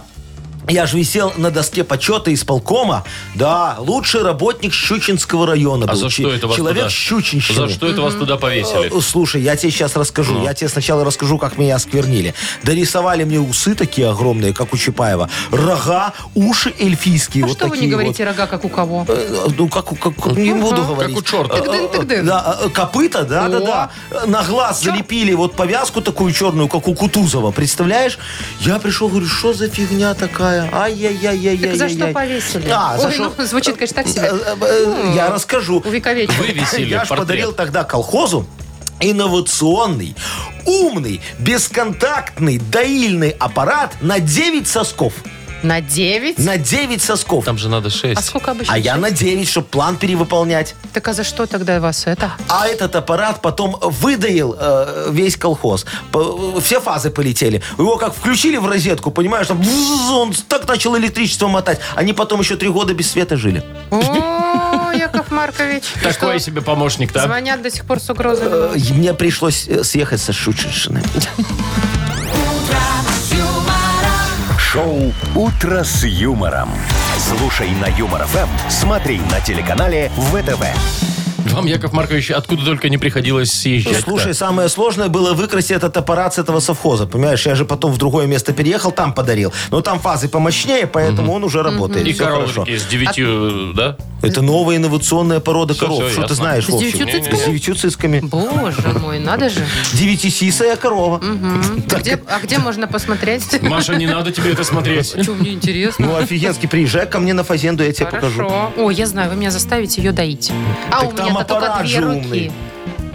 S4: Я же висел на доске почета исполкома. Да, лучший работник Щучинского района
S2: А
S4: был.
S2: за
S4: Че-
S2: что это вас
S4: Человек
S2: туда?
S4: Щучинщины.
S2: За что Ну. это вас туда повесили?
S4: Э, Слушай, я тебе сейчас расскажу. Я тебе сначала расскажу, как меня осквернили. Дорисовали мне усы такие огромные, как у Чапаева. Рога, уши эльфийские.
S3: А
S4: вот
S3: что вы не
S4: такие
S3: говорите рога, как у кого?
S4: вот. Э, Ну, как, у- как, как- не буду говорить. Э,
S2: у черта.
S3: Тык-дын, тык-дын.
S4: Да, э, копыта, да, да, да. Э, На глаз залепили вот повязку такую черную, как у Кутузова, представляешь? Я пришел, говорю, что за фигня такая? Ай-яй-яй-яй-яй.
S3: Так за что повесили?
S4: А, за
S3: Ой,
S4: что?
S3: ну, звучит, конечно, так себе.
S4: Э, э, Я расскажу.
S3: Увековечили.
S2: Вывесили
S4: Я ж
S2: портрет.
S4: подарил тогда колхозу инновационный, умный, бесконтактный доильный аппарат на 9 сосков.
S3: На 9?
S4: На 9 сосков.
S2: Там же надо
S3: А
S2: шесть.
S3: сколько обычно?
S4: А я на 9, чтобы план перевыполнять.
S3: Так а за что тогда вас это?
S4: А этот аппарат потом выдаил э, весь колхоз. П- все фазы полетели. Его как включили в розетку, понимаешь, там бзз, он так начал электричество мотать. Они потом еще три года без света жили.
S3: О, Яков Маркович.
S2: Такой
S3: что,
S2: себе помощник, да?
S3: Звонят до сих пор с угрозами.
S4: Э, и мне пришлось э, съехать со Шучинщины.
S1: Шоу «Утро с юмором». Слушай на Юмор ФМ, смотри на телеканале ВТВ.
S2: Вам, Яков Маркович, откуда только не приходилось съезжать
S4: Слушай, самое сложное было выкрасть этот аппарат с этого совхоза. Понимаешь, я же потом в другое место переехал, там подарил. Но там фазы помощнее, поэтому он уже работает.
S2: И
S4: Всё хорошо.
S2: коровки с девятью, э, да?
S4: Это новая инновационная порода
S2: Всё,
S4: коров.
S2: всё,
S4: Что ты
S2: ясно.
S4: знаешь,
S3: С
S4: Вовчик?
S3: девятью
S4: С
S3: цицками?
S4: девятью цицками.
S3: Боже мой, надо же.
S4: Девятисисая корова.
S3: М, где- А где можно посмотреть?
S2: Маша, не надо тебе это смотреть.
S3: Что, мне интересно.
S4: Ну, офигенски, приезжай ко мне на фазенду, я тебе покажу.
S3: Хорошо. О, я знаю, вы меня заставите ее доить. А
S4: Так
S3: у
S4: там
S3: меня-то только
S4: аппарат
S3: две
S4: же
S3: руки. Ну,
S4: умный.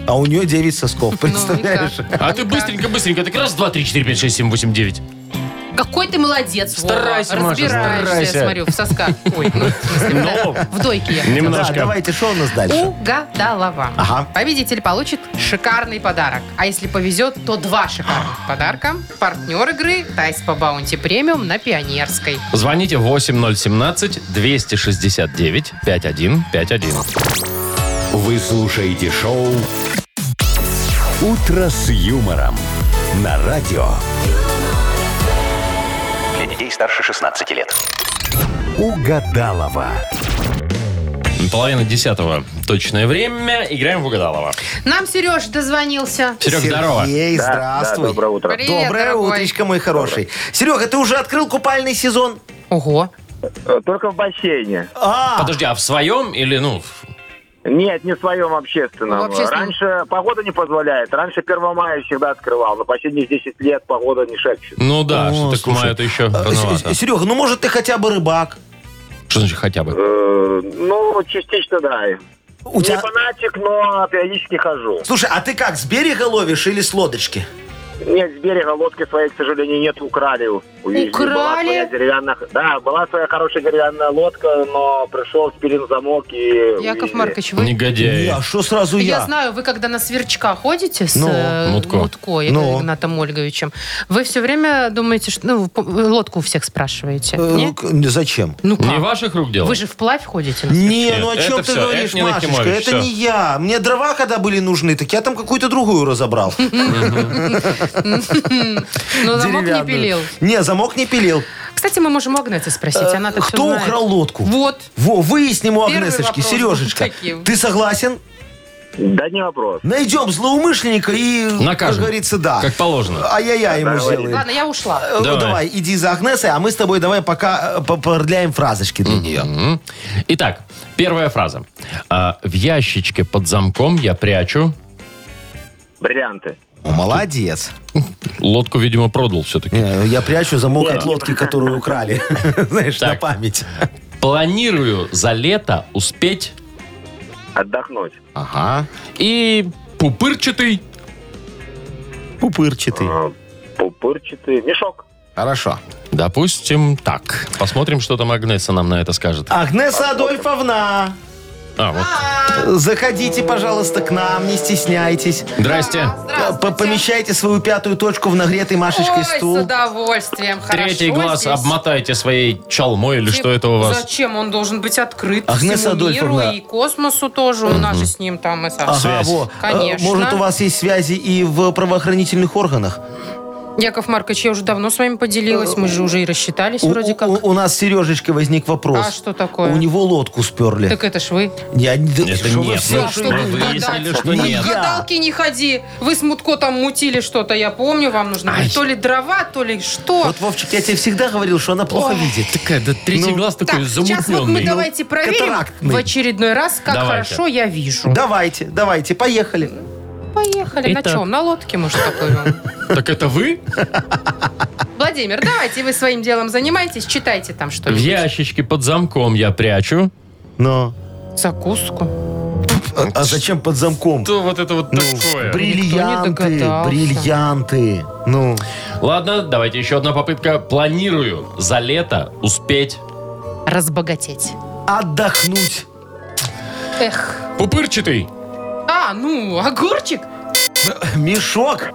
S4: а у нее 9 сосков, представляешь?
S2: А ты быстренько-быстренько, так раз, два, три, четыре, пять, шесть, семь, восемь, девять.
S3: Какой ты молодец, Вова.
S2: Старайся, Маша,
S3: Разбираешься,
S2: старайся.
S3: я смотрю, в сосках. Ой, ну, в смысле,
S2: Ну.
S3: в дойке я.
S4: Да,
S2: Немножко.
S4: давайте, что у нас дальше?
S3: Угадалова.
S4: Ага.
S3: Победитель получит шикарный подарок. А если повезет, то два шикарных подарка. Партнер игры «Тайс по баунти премиум» на Пионерской.
S2: Звоните 8017-269-5151.
S1: Вы слушаете шоу «Утро с юмором» на радио.
S7: Для детей старше 16 лет.
S1: Угадалова.
S2: Половина десятого. Точное время. Играем в угадалово.
S3: Нам Сереж дозвонился.
S2: Серег, здорово.
S4: Сергей,
S5: Да,
S4: здравствуй.
S5: Да, доброе утро.
S3: Привет,
S4: Доброе
S3: дорогой.
S4: утречко, мой хороший. Серега, ты уже открыл купальный сезон?
S3: Ого.
S5: Э, Только в бассейне.
S4: А,
S2: Подожди, а в своем или, ну, в-
S5: Нет, не в своем общественном.
S3: В общественном.
S5: Раньше погода не позволяет. Раньше 1 мая всегда открывал. За последние 10 лет погода не шепчет.
S2: ну да,
S4: О,
S2: что-то к
S4: слушай.
S2: маю-то еще
S4: С-
S2: рановато.
S4: э, с- Серега, ну может ты хотя бы
S2: а,
S4: рыбак?
S2: Что значит хотя бы?
S5: Э, Ну, частично да.
S4: У
S5: Не
S4: тебя...
S5: фанатик, но периодически хожу.
S4: Слушай, а ты как, с берега ловишь или с лодочки?
S5: Нет, с берега лодки своей, к сожалению, нет, украли. Увезли.
S3: Украли?
S5: Была своя деревянная... Да, была своя хорошая деревянная лодка, но пришел, спилен замок и...
S3: Яков
S5: увезли.
S3: Маркович, вы...
S4: Не,
S2: Негодяи.
S4: а что сразу
S3: Я
S4: я?
S3: знаю, вы когда на сверчка ходите с
S4: Ну,
S3: э,
S2: Мутко.
S3: Мутко, Игорем
S4: Ну.
S3: Игнатом Ольговичем, вы все время думаете, что ну, по- лодку у всех спрашиваете.
S4: Э,
S3: не?
S4: к- не, Зачем?
S3: Ну
S2: Не
S3: как?
S2: ваших рук дело?
S3: Вы же вплавь ходите.
S4: Не,
S2: Нет,
S4: ну о
S2: это
S4: чем ты
S2: всё, это
S4: говоришь,
S2: не Нахимович,
S4: Машечка? Это
S2: всё.
S4: не я. Мне дрова, когда были нужны, так я там какую-то другую разобрал.
S3: Но замок Ну, не
S4: Деревянную.
S3: пилил.
S4: Не, замок не пилил.
S3: Кстати, мы можем у Агнеты спросить. Она-то всё
S4: Э, Кто
S3: знает.
S4: украл лодку?
S3: Вот.
S4: Во, выясним у
S3: Первый
S4: Агнесочки.
S3: вопрос.
S4: Сережечка,
S3: Таким.
S4: ты согласен?
S5: Да не вопрос.
S4: Найдем злоумышленника и,
S2: Накажем.
S4: как говорится, да.
S2: Как положено.
S4: Ай-яй-яй ему
S5: Давай.
S4: сделаем.
S3: Ладно, я ушла.
S4: Э, ну,
S2: Давай.
S4: Давай. иди за Агнесой, а мы с тобой давай пока э, по- продляем фразочки для нее.
S2: Мгм. Итак, первая фраза. А, в ящичке под замком я прячу...
S5: Бриллианты.
S4: Молодец.
S2: Лодку, видимо, продал все-таки.
S4: Не, Я прячу замок от лодки, которую украли. Знаешь, на
S2: Так.
S4: память.
S2: Планирую за лето успеть...
S5: Отдохнуть.
S2: Ага. И пупырчатый...
S4: Пупырчатый.
S5: А, Пупырчатый мешок.
S4: Хорошо.
S2: Допустим, так. Посмотрим, что там Агнеса нам на это скажет.
S4: Агнеса Адольфовна,
S2: А, вот.
S4: заходите, пожалуйста, к нам, не стесняйтесь.
S2: Здрасте.
S4: Э, по- Помещайте свою пятую точку в нагретый Машечкой
S3: Ой, с
S4: стул.
S3: удовольствием.
S2: Третий
S3: Хорошо
S2: глаз
S3: здесь.
S2: обмотайте своей чалмой или
S3: Тип-
S2: что это у вас?
S3: Зачем? Он должен быть открыт
S4: Агнеса
S3: всему
S4: Адольфовна.
S3: миру и космосу тоже. У нас же с ним там это...
S2: Связь.
S4: во. Э,
S3: Конечно.
S4: Может, у вас есть связи и в правоохранительных органах?
S3: Яков Маркович, я уже давно с вами поделилась. Мы же уже и рассчитались
S4: У-
S3: вроде
S4: у-
S3: как.
S4: У, нас с Сережечкой возник вопрос.
S3: А что такое?
S4: У него лодку сперли.
S3: Так это ж вы.
S4: Я не- да
S2: Это
S4: что вы
S2: нет.
S4: все,
S2: Ну,
S4: что
S2: мы
S4: вы?
S3: вы?
S2: выяснили,
S3: гадать?
S2: что
S4: Не
S2: нет.
S4: я.
S3: Гадалки не ходи. Вы с Мутко там мутили что-то, я помню, вам нужно
S2: Ай.
S3: было то ли дрова, то ли что.
S4: Вот, Вовчик, я тебе всегда говорил, что она плохо видит.
S2: Такая, да третий глаз такой
S3: Ну, так, сейчас вот мы
S2: замутненный.
S3: давайте проверим
S4: катарактный.
S3: в очередной раз, как
S2: Давайте.
S3: хорошо я вижу.
S4: Давайте, давайте, поехали.
S3: Поехали. На
S2: Итак.
S3: чем? На лодке, может, поплывем?
S2: Так это вы?
S3: Владимир, давайте вы своим делом занимайтесь, читайте там
S2: В
S3: что-нибудь.
S2: ящичке под замком я прячу. Ну.
S4: Но.
S3: Закуску.
S4: А, а зачем под замком? Ну,
S2: Что вот это вот такое?
S3: Никто не
S4: Бриллианты,
S3: догадался.
S4: бриллианты. Ну,
S2: Ладно, давайте еще одна попытка. Планирую за лето успеть.
S3: Разбогатеть.
S4: отдохнуть.
S3: Эх.
S2: Пупырчатый.
S3: А, ну, огурчик.
S4: Мешок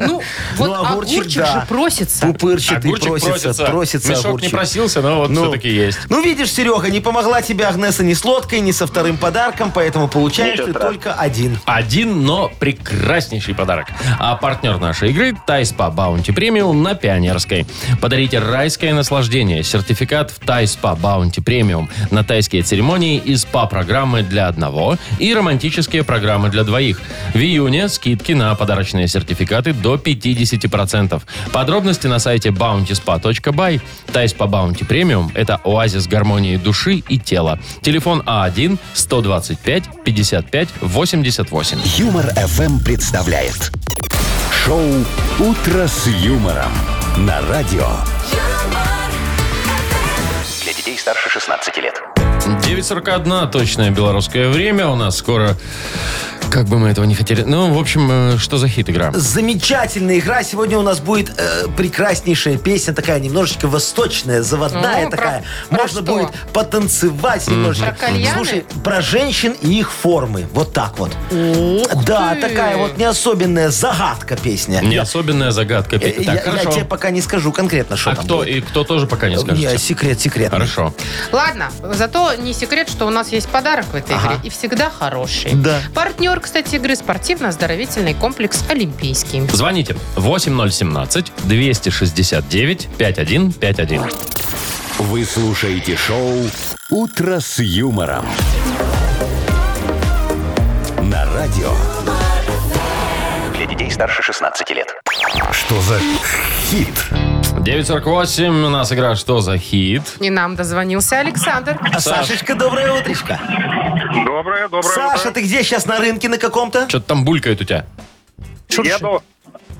S3: Ну, вот
S4: огурчик,
S3: огурчик
S4: да.
S3: же просится.
S4: пупырчатый
S2: Огурчик
S4: просится,
S2: просится.
S4: просится
S2: Мешок не
S4: огурчик.
S2: просился, но вот
S4: Ну.
S2: все-таки есть.
S4: Ну, видишь, Серега, не помогла тебе Агнеса ни с лодкой, ни со вторым подарком, поэтому получаешь
S5: Ничего
S4: ты
S5: страшного.
S4: только один.
S2: Один, но прекраснейший подарок. А партнер нашей игры – Тайс по Баунти Премиум на Пионерской. Подарите райское наслаждение. Сертификат в Тайс по Баунти Премиум на тайские церемонии и СПА-программы для одного и романтические программы для двоих. В июне скидки на подарочные сертификаты до 50%. Подробности на сайте bountyspa.by. Тайс по Баунти Премиум – это оазис гармонии души и тела. Телефон А А1-125-55-88.
S1: Юмор FM представляет шоу Утро с юмором на радио.
S7: Для детей старше 16 лет.
S2: 9.41 точное белорусское время. У нас скоро... Как бы мы этого не хотели. Ну, в общем, э, что за хит игра?
S4: Замечательная игра. Сегодня у нас будет э, прекраснейшая песня, такая немножечко восточная, заводная
S3: Ну, про-
S4: такая.
S3: про
S4: Можно
S3: что?
S4: будет потанцевать немножечко.
S3: Про кальяны?
S4: Слушай, про женщин и их формы. Вот так вот. да,
S3: ты.
S4: такая вот не особенная загадка песня.
S2: Не
S4: Я-
S2: особенная загадка.
S4: Я,
S2: Петя. Так,
S4: я
S2: хорошо.
S4: тебе пока не скажу конкретно, что
S2: А
S4: там
S2: кто
S4: будет.
S2: и кто тоже пока не
S4: Не,
S2: скажете.
S4: секрет, секрет.
S2: Хорошо.
S3: Ладно, зато не секрет, что у нас есть подарок в этой игре. И всегда хороший.
S4: Да.
S3: Партнер, кстати, игры спортивно-оздоровительный комплекс «Олимпийский».
S2: Звоните 8017-269-5151.
S1: Вы слушаете шоу «Утро с юмором». На радио.
S7: Для детей старше 16 лет.
S1: Что за хит?
S2: 948. У нас игра «Что за хит?»
S3: И нам дозвонился Александр.
S4: А Сашечка, доброе утречко.
S5: Доброе, доброе.
S4: Саша, ты где сейчас на рынке на каком-то?
S2: Что-то там булькает у тебя.
S5: Еду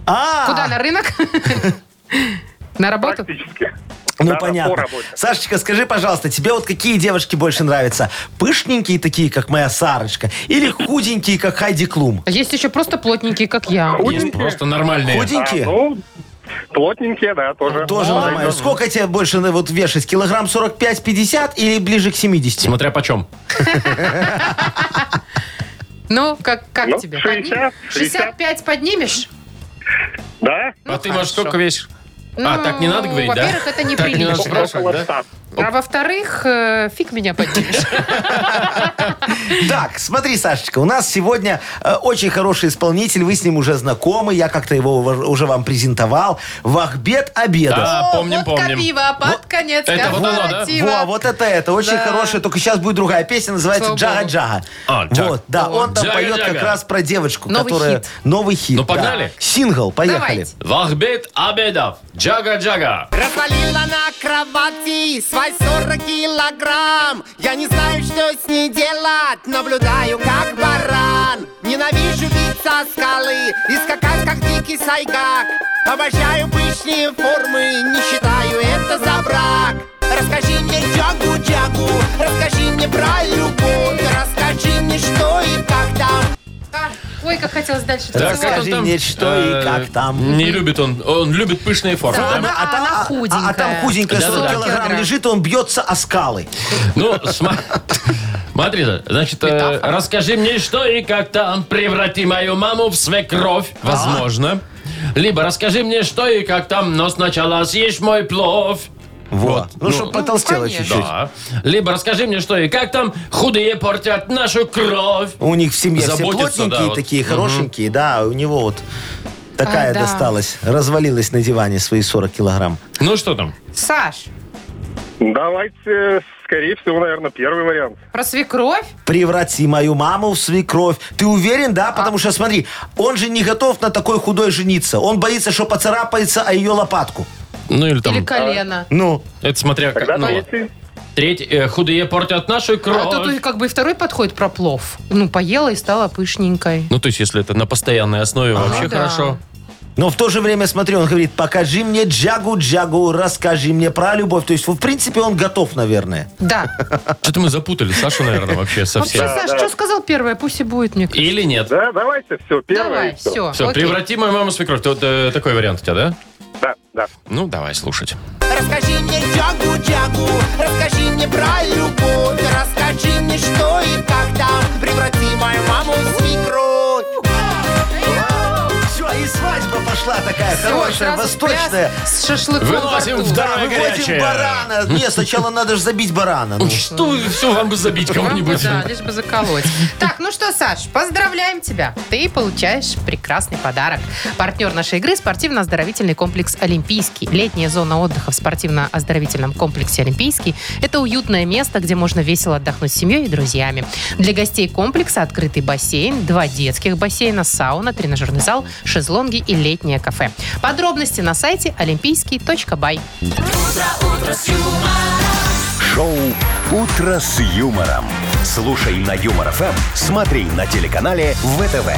S4: А,
S3: Куда, на рынок? На работу?
S5: практически.
S4: ну
S5: Да, да, по
S4: понятно.
S5: работе.
S4: Сашечка, скажи, пожалуйста, тебе вот какие девушки больше нравятся? Пышненькие такие, как моя Сарочка, или худенькие, как Хайди Клум?
S3: Есть еще просто плотненькие, как я.
S2: Есть просто нормальные.
S5: А,
S4: Худенькие?
S5: ну, плотненькие, да, тоже.
S4: Тоже нормально. Сколько тебе больше ну, вот вешать? Килограмм 45-50 или ближе к 70?
S2: Смотря почем.
S3: Ну, как, как
S5: Ну,
S3: тебе?
S5: 60,
S3: 65 поднимешь?
S5: Да?
S4: Ну,
S2: а ты, Маш, сколько весишь? а,
S3: Ну,
S2: так не надо говорить, да?
S3: во-первых, это
S2: Так не надо
S3: неприлично.
S2: спрашивать, да?
S5: ста.
S3: А во-вторых, э, фиг меня поднимешь.
S4: Так, смотри, Сашечка, у нас сегодня э, очень хороший исполнитель, вы с ним уже знакомы, я как-то его ува- уже вам презентовал. Вахбет Обедов.
S2: Да, А, помним,
S3: О, водка,
S2: помним.
S3: пиво под конец
S2: Это вот оно, да?
S3: корпоратива.
S4: Во, вот это это, очень
S3: Да.
S4: хорошая, только сейчас будет другая песня, называется
S3: Слава
S4: Джага
S3: богу.
S4: Джага.
S2: А, Джага.
S4: Вот, да, он там
S2: Джага
S4: поет как
S2: Джага.
S4: раз про девочку,
S3: Новый
S4: которая
S3: хит.
S4: новый хит.
S2: Ну,
S4: да.
S2: погнали.
S4: Сингл, поехали.
S3: Давайте.
S2: Вахбет Абедов. Джага-джага.
S9: Развалила на кровати свой 40 килограмм Я не знаю, что с ней делать, наблюдаю как баран Ненавижу бить со скалы и скакать как дикий сайгак Обожаю пышные формы, не считаю это за брак Расскажи мне джагу-джагу, расскажи мне про любовь Расскажи мне, что и как там
S3: А, Ой, как хотелось дальше.
S4: Да,
S3: танцевать.
S4: Расскажи мне, что и как там.
S2: э, Не любит он. Он любит пышные формы.
S3: Да,
S2: да?
S3: она- а там
S4: А, а там
S3: худенькая.
S4: худенькая,
S2: Да,
S4: 40
S2: да, да.
S4: килограмм лежит, и он бьется о скалы.
S2: Ну, сма- смотри, значит, э, расскажи мне, что и как там преврати мою маму в свекровь, возможно. Либо расскажи мне, что и как там, но сначала съешь мой плов.
S4: Вот. Ну,
S2: Ну,
S4: чтобы потолстело
S3: конечно.
S4: чуть-чуть.
S2: Да. Либо расскажи мне, что и как там худые портят нашу кровь.
S4: У них в семье все
S2: Заботятся,
S4: плотненькие
S2: да, вот.
S4: такие, хорошенькие, да, а у него вот такая
S3: А, да.
S4: досталась. Развалилась на диване свои 40 килограмм.
S2: Ну, что там?
S3: Саш,
S5: Давайте, скорее всего, наверное, первый вариант.
S3: про свекровь?
S4: Преврати мою маму в свекровь. Ты уверен, да? Потому что, смотри, он же не готов на такой худой жениться. Он боится, что поцарапается о ее лопатку.
S2: Ну, или там,
S3: Или колено?
S4: Ну,
S2: это смотря как.
S5: Тогда
S2: ну,
S5: третий.
S2: треть, э, худые портят нашу
S3: А
S2: кровь.
S3: тут и как бы и второй подходит про плов. Ну, поела и стала пышненькой.
S2: Ну, то есть, если это на постоянной основе, вообще
S3: А, да.
S2: хорошо.
S4: но в то же время, смотри, он говорит, покажи мне джагу-джагу, расскажи мне про любовь. То есть, в принципе, он готов, наверное.
S3: Да.
S2: Что-то мы запутали Сашу, наверное, вообще
S3: Вообще,
S2: совсем.
S3: Саш, что сказал первое? Пусть и будет, мне кажется.
S2: Или нет?
S5: Да, давайте, все, первый.
S3: Давай,
S5: и всё.
S3: все.
S2: Все,
S3: окей.
S2: преврати мою маму в свекровь. Ты вот, э, такой вариант у тебя, да?
S5: Да, да.
S2: Ну, давай слушать.
S9: Расскажи мне джагу джагу, расскажи мне про любовь, расскажи мне что и как там, преврати мою маму в свекровь.
S4: Все, и свадьба пошла такая
S3: Всё,
S4: хорошая,
S3: сразу
S4: вторая.
S3: пляс С шашлыком
S2: Выносим
S3: во рту.
S2: в
S4: Да,
S2: Вторая
S4: выводим
S2: горячая.
S4: барана. Не, сначала надо же забить барана. ну.
S2: Что? Все, вам бы забить
S3: Вам бы,
S2: кого-нибудь.
S3: да, лишь бы заколоть. Так, ну что, Саш, поздравляем тебя. Ты получаешь прекрасный подарок. Партнер нашей игры – спортивно-оздоровительный комплекс «Олимпийский». Летняя зона отдыха в спортивно-оздоровительном комплексе «Олимпийский» – это уютное место, где можно весело отдохнуть с семьей и друзьями. Для гостей комплекса открытый бассейн, два детских бассейна, сауна, тренажерный зал, шезлонги и летнее кафе. Подробности на сайте олимпийский.бай.
S1: Шоу «Утро с юмором». Слушай на Юмор ФМ, смотри на телеканале ВТВ.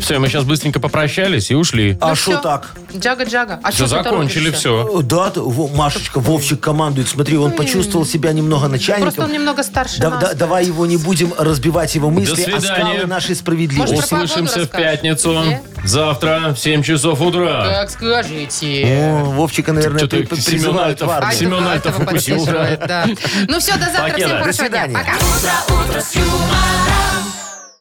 S2: Все, мы сейчас быстренько попрощались и ушли.
S4: А
S3: Ну
S4: что
S3: всё.
S4: так?
S3: Джага-джага. А
S2: Все,
S3: чё ты
S2: закончили
S3: торопишься?
S2: все.
S4: О, Да, ты- во, Машечка, Вовчик командует. Смотри, он почувствовал себя немного начальником.
S3: Просто он немного старше
S4: Да-
S3: нас.
S4: да- давай его не будем разбивать его мысли
S2: свидания.
S4: о скалы нашей
S3: Может,
S4: справедливости.
S3: про погоду
S2: Услышимся в
S3: расскажешь?
S2: пятницу.
S3: Где?
S2: Завтра в 7 часов утра.
S3: Как скажете.
S4: О, Вовчика, наверное,
S2: Что-то
S4: при- при-
S2: Семен
S4: призывают в
S2: Альтов.
S4: армию.
S3: Альтов-
S2: Семен Альтов
S3: Альтова
S2: укусил.
S3: подсиживает, да. Ну все, до завтра.
S2: Покеда.
S3: Всем
S2: До
S3: хорошего дня.
S4: свидания.
S3: Пока.
S10: Утро, утро с юмором.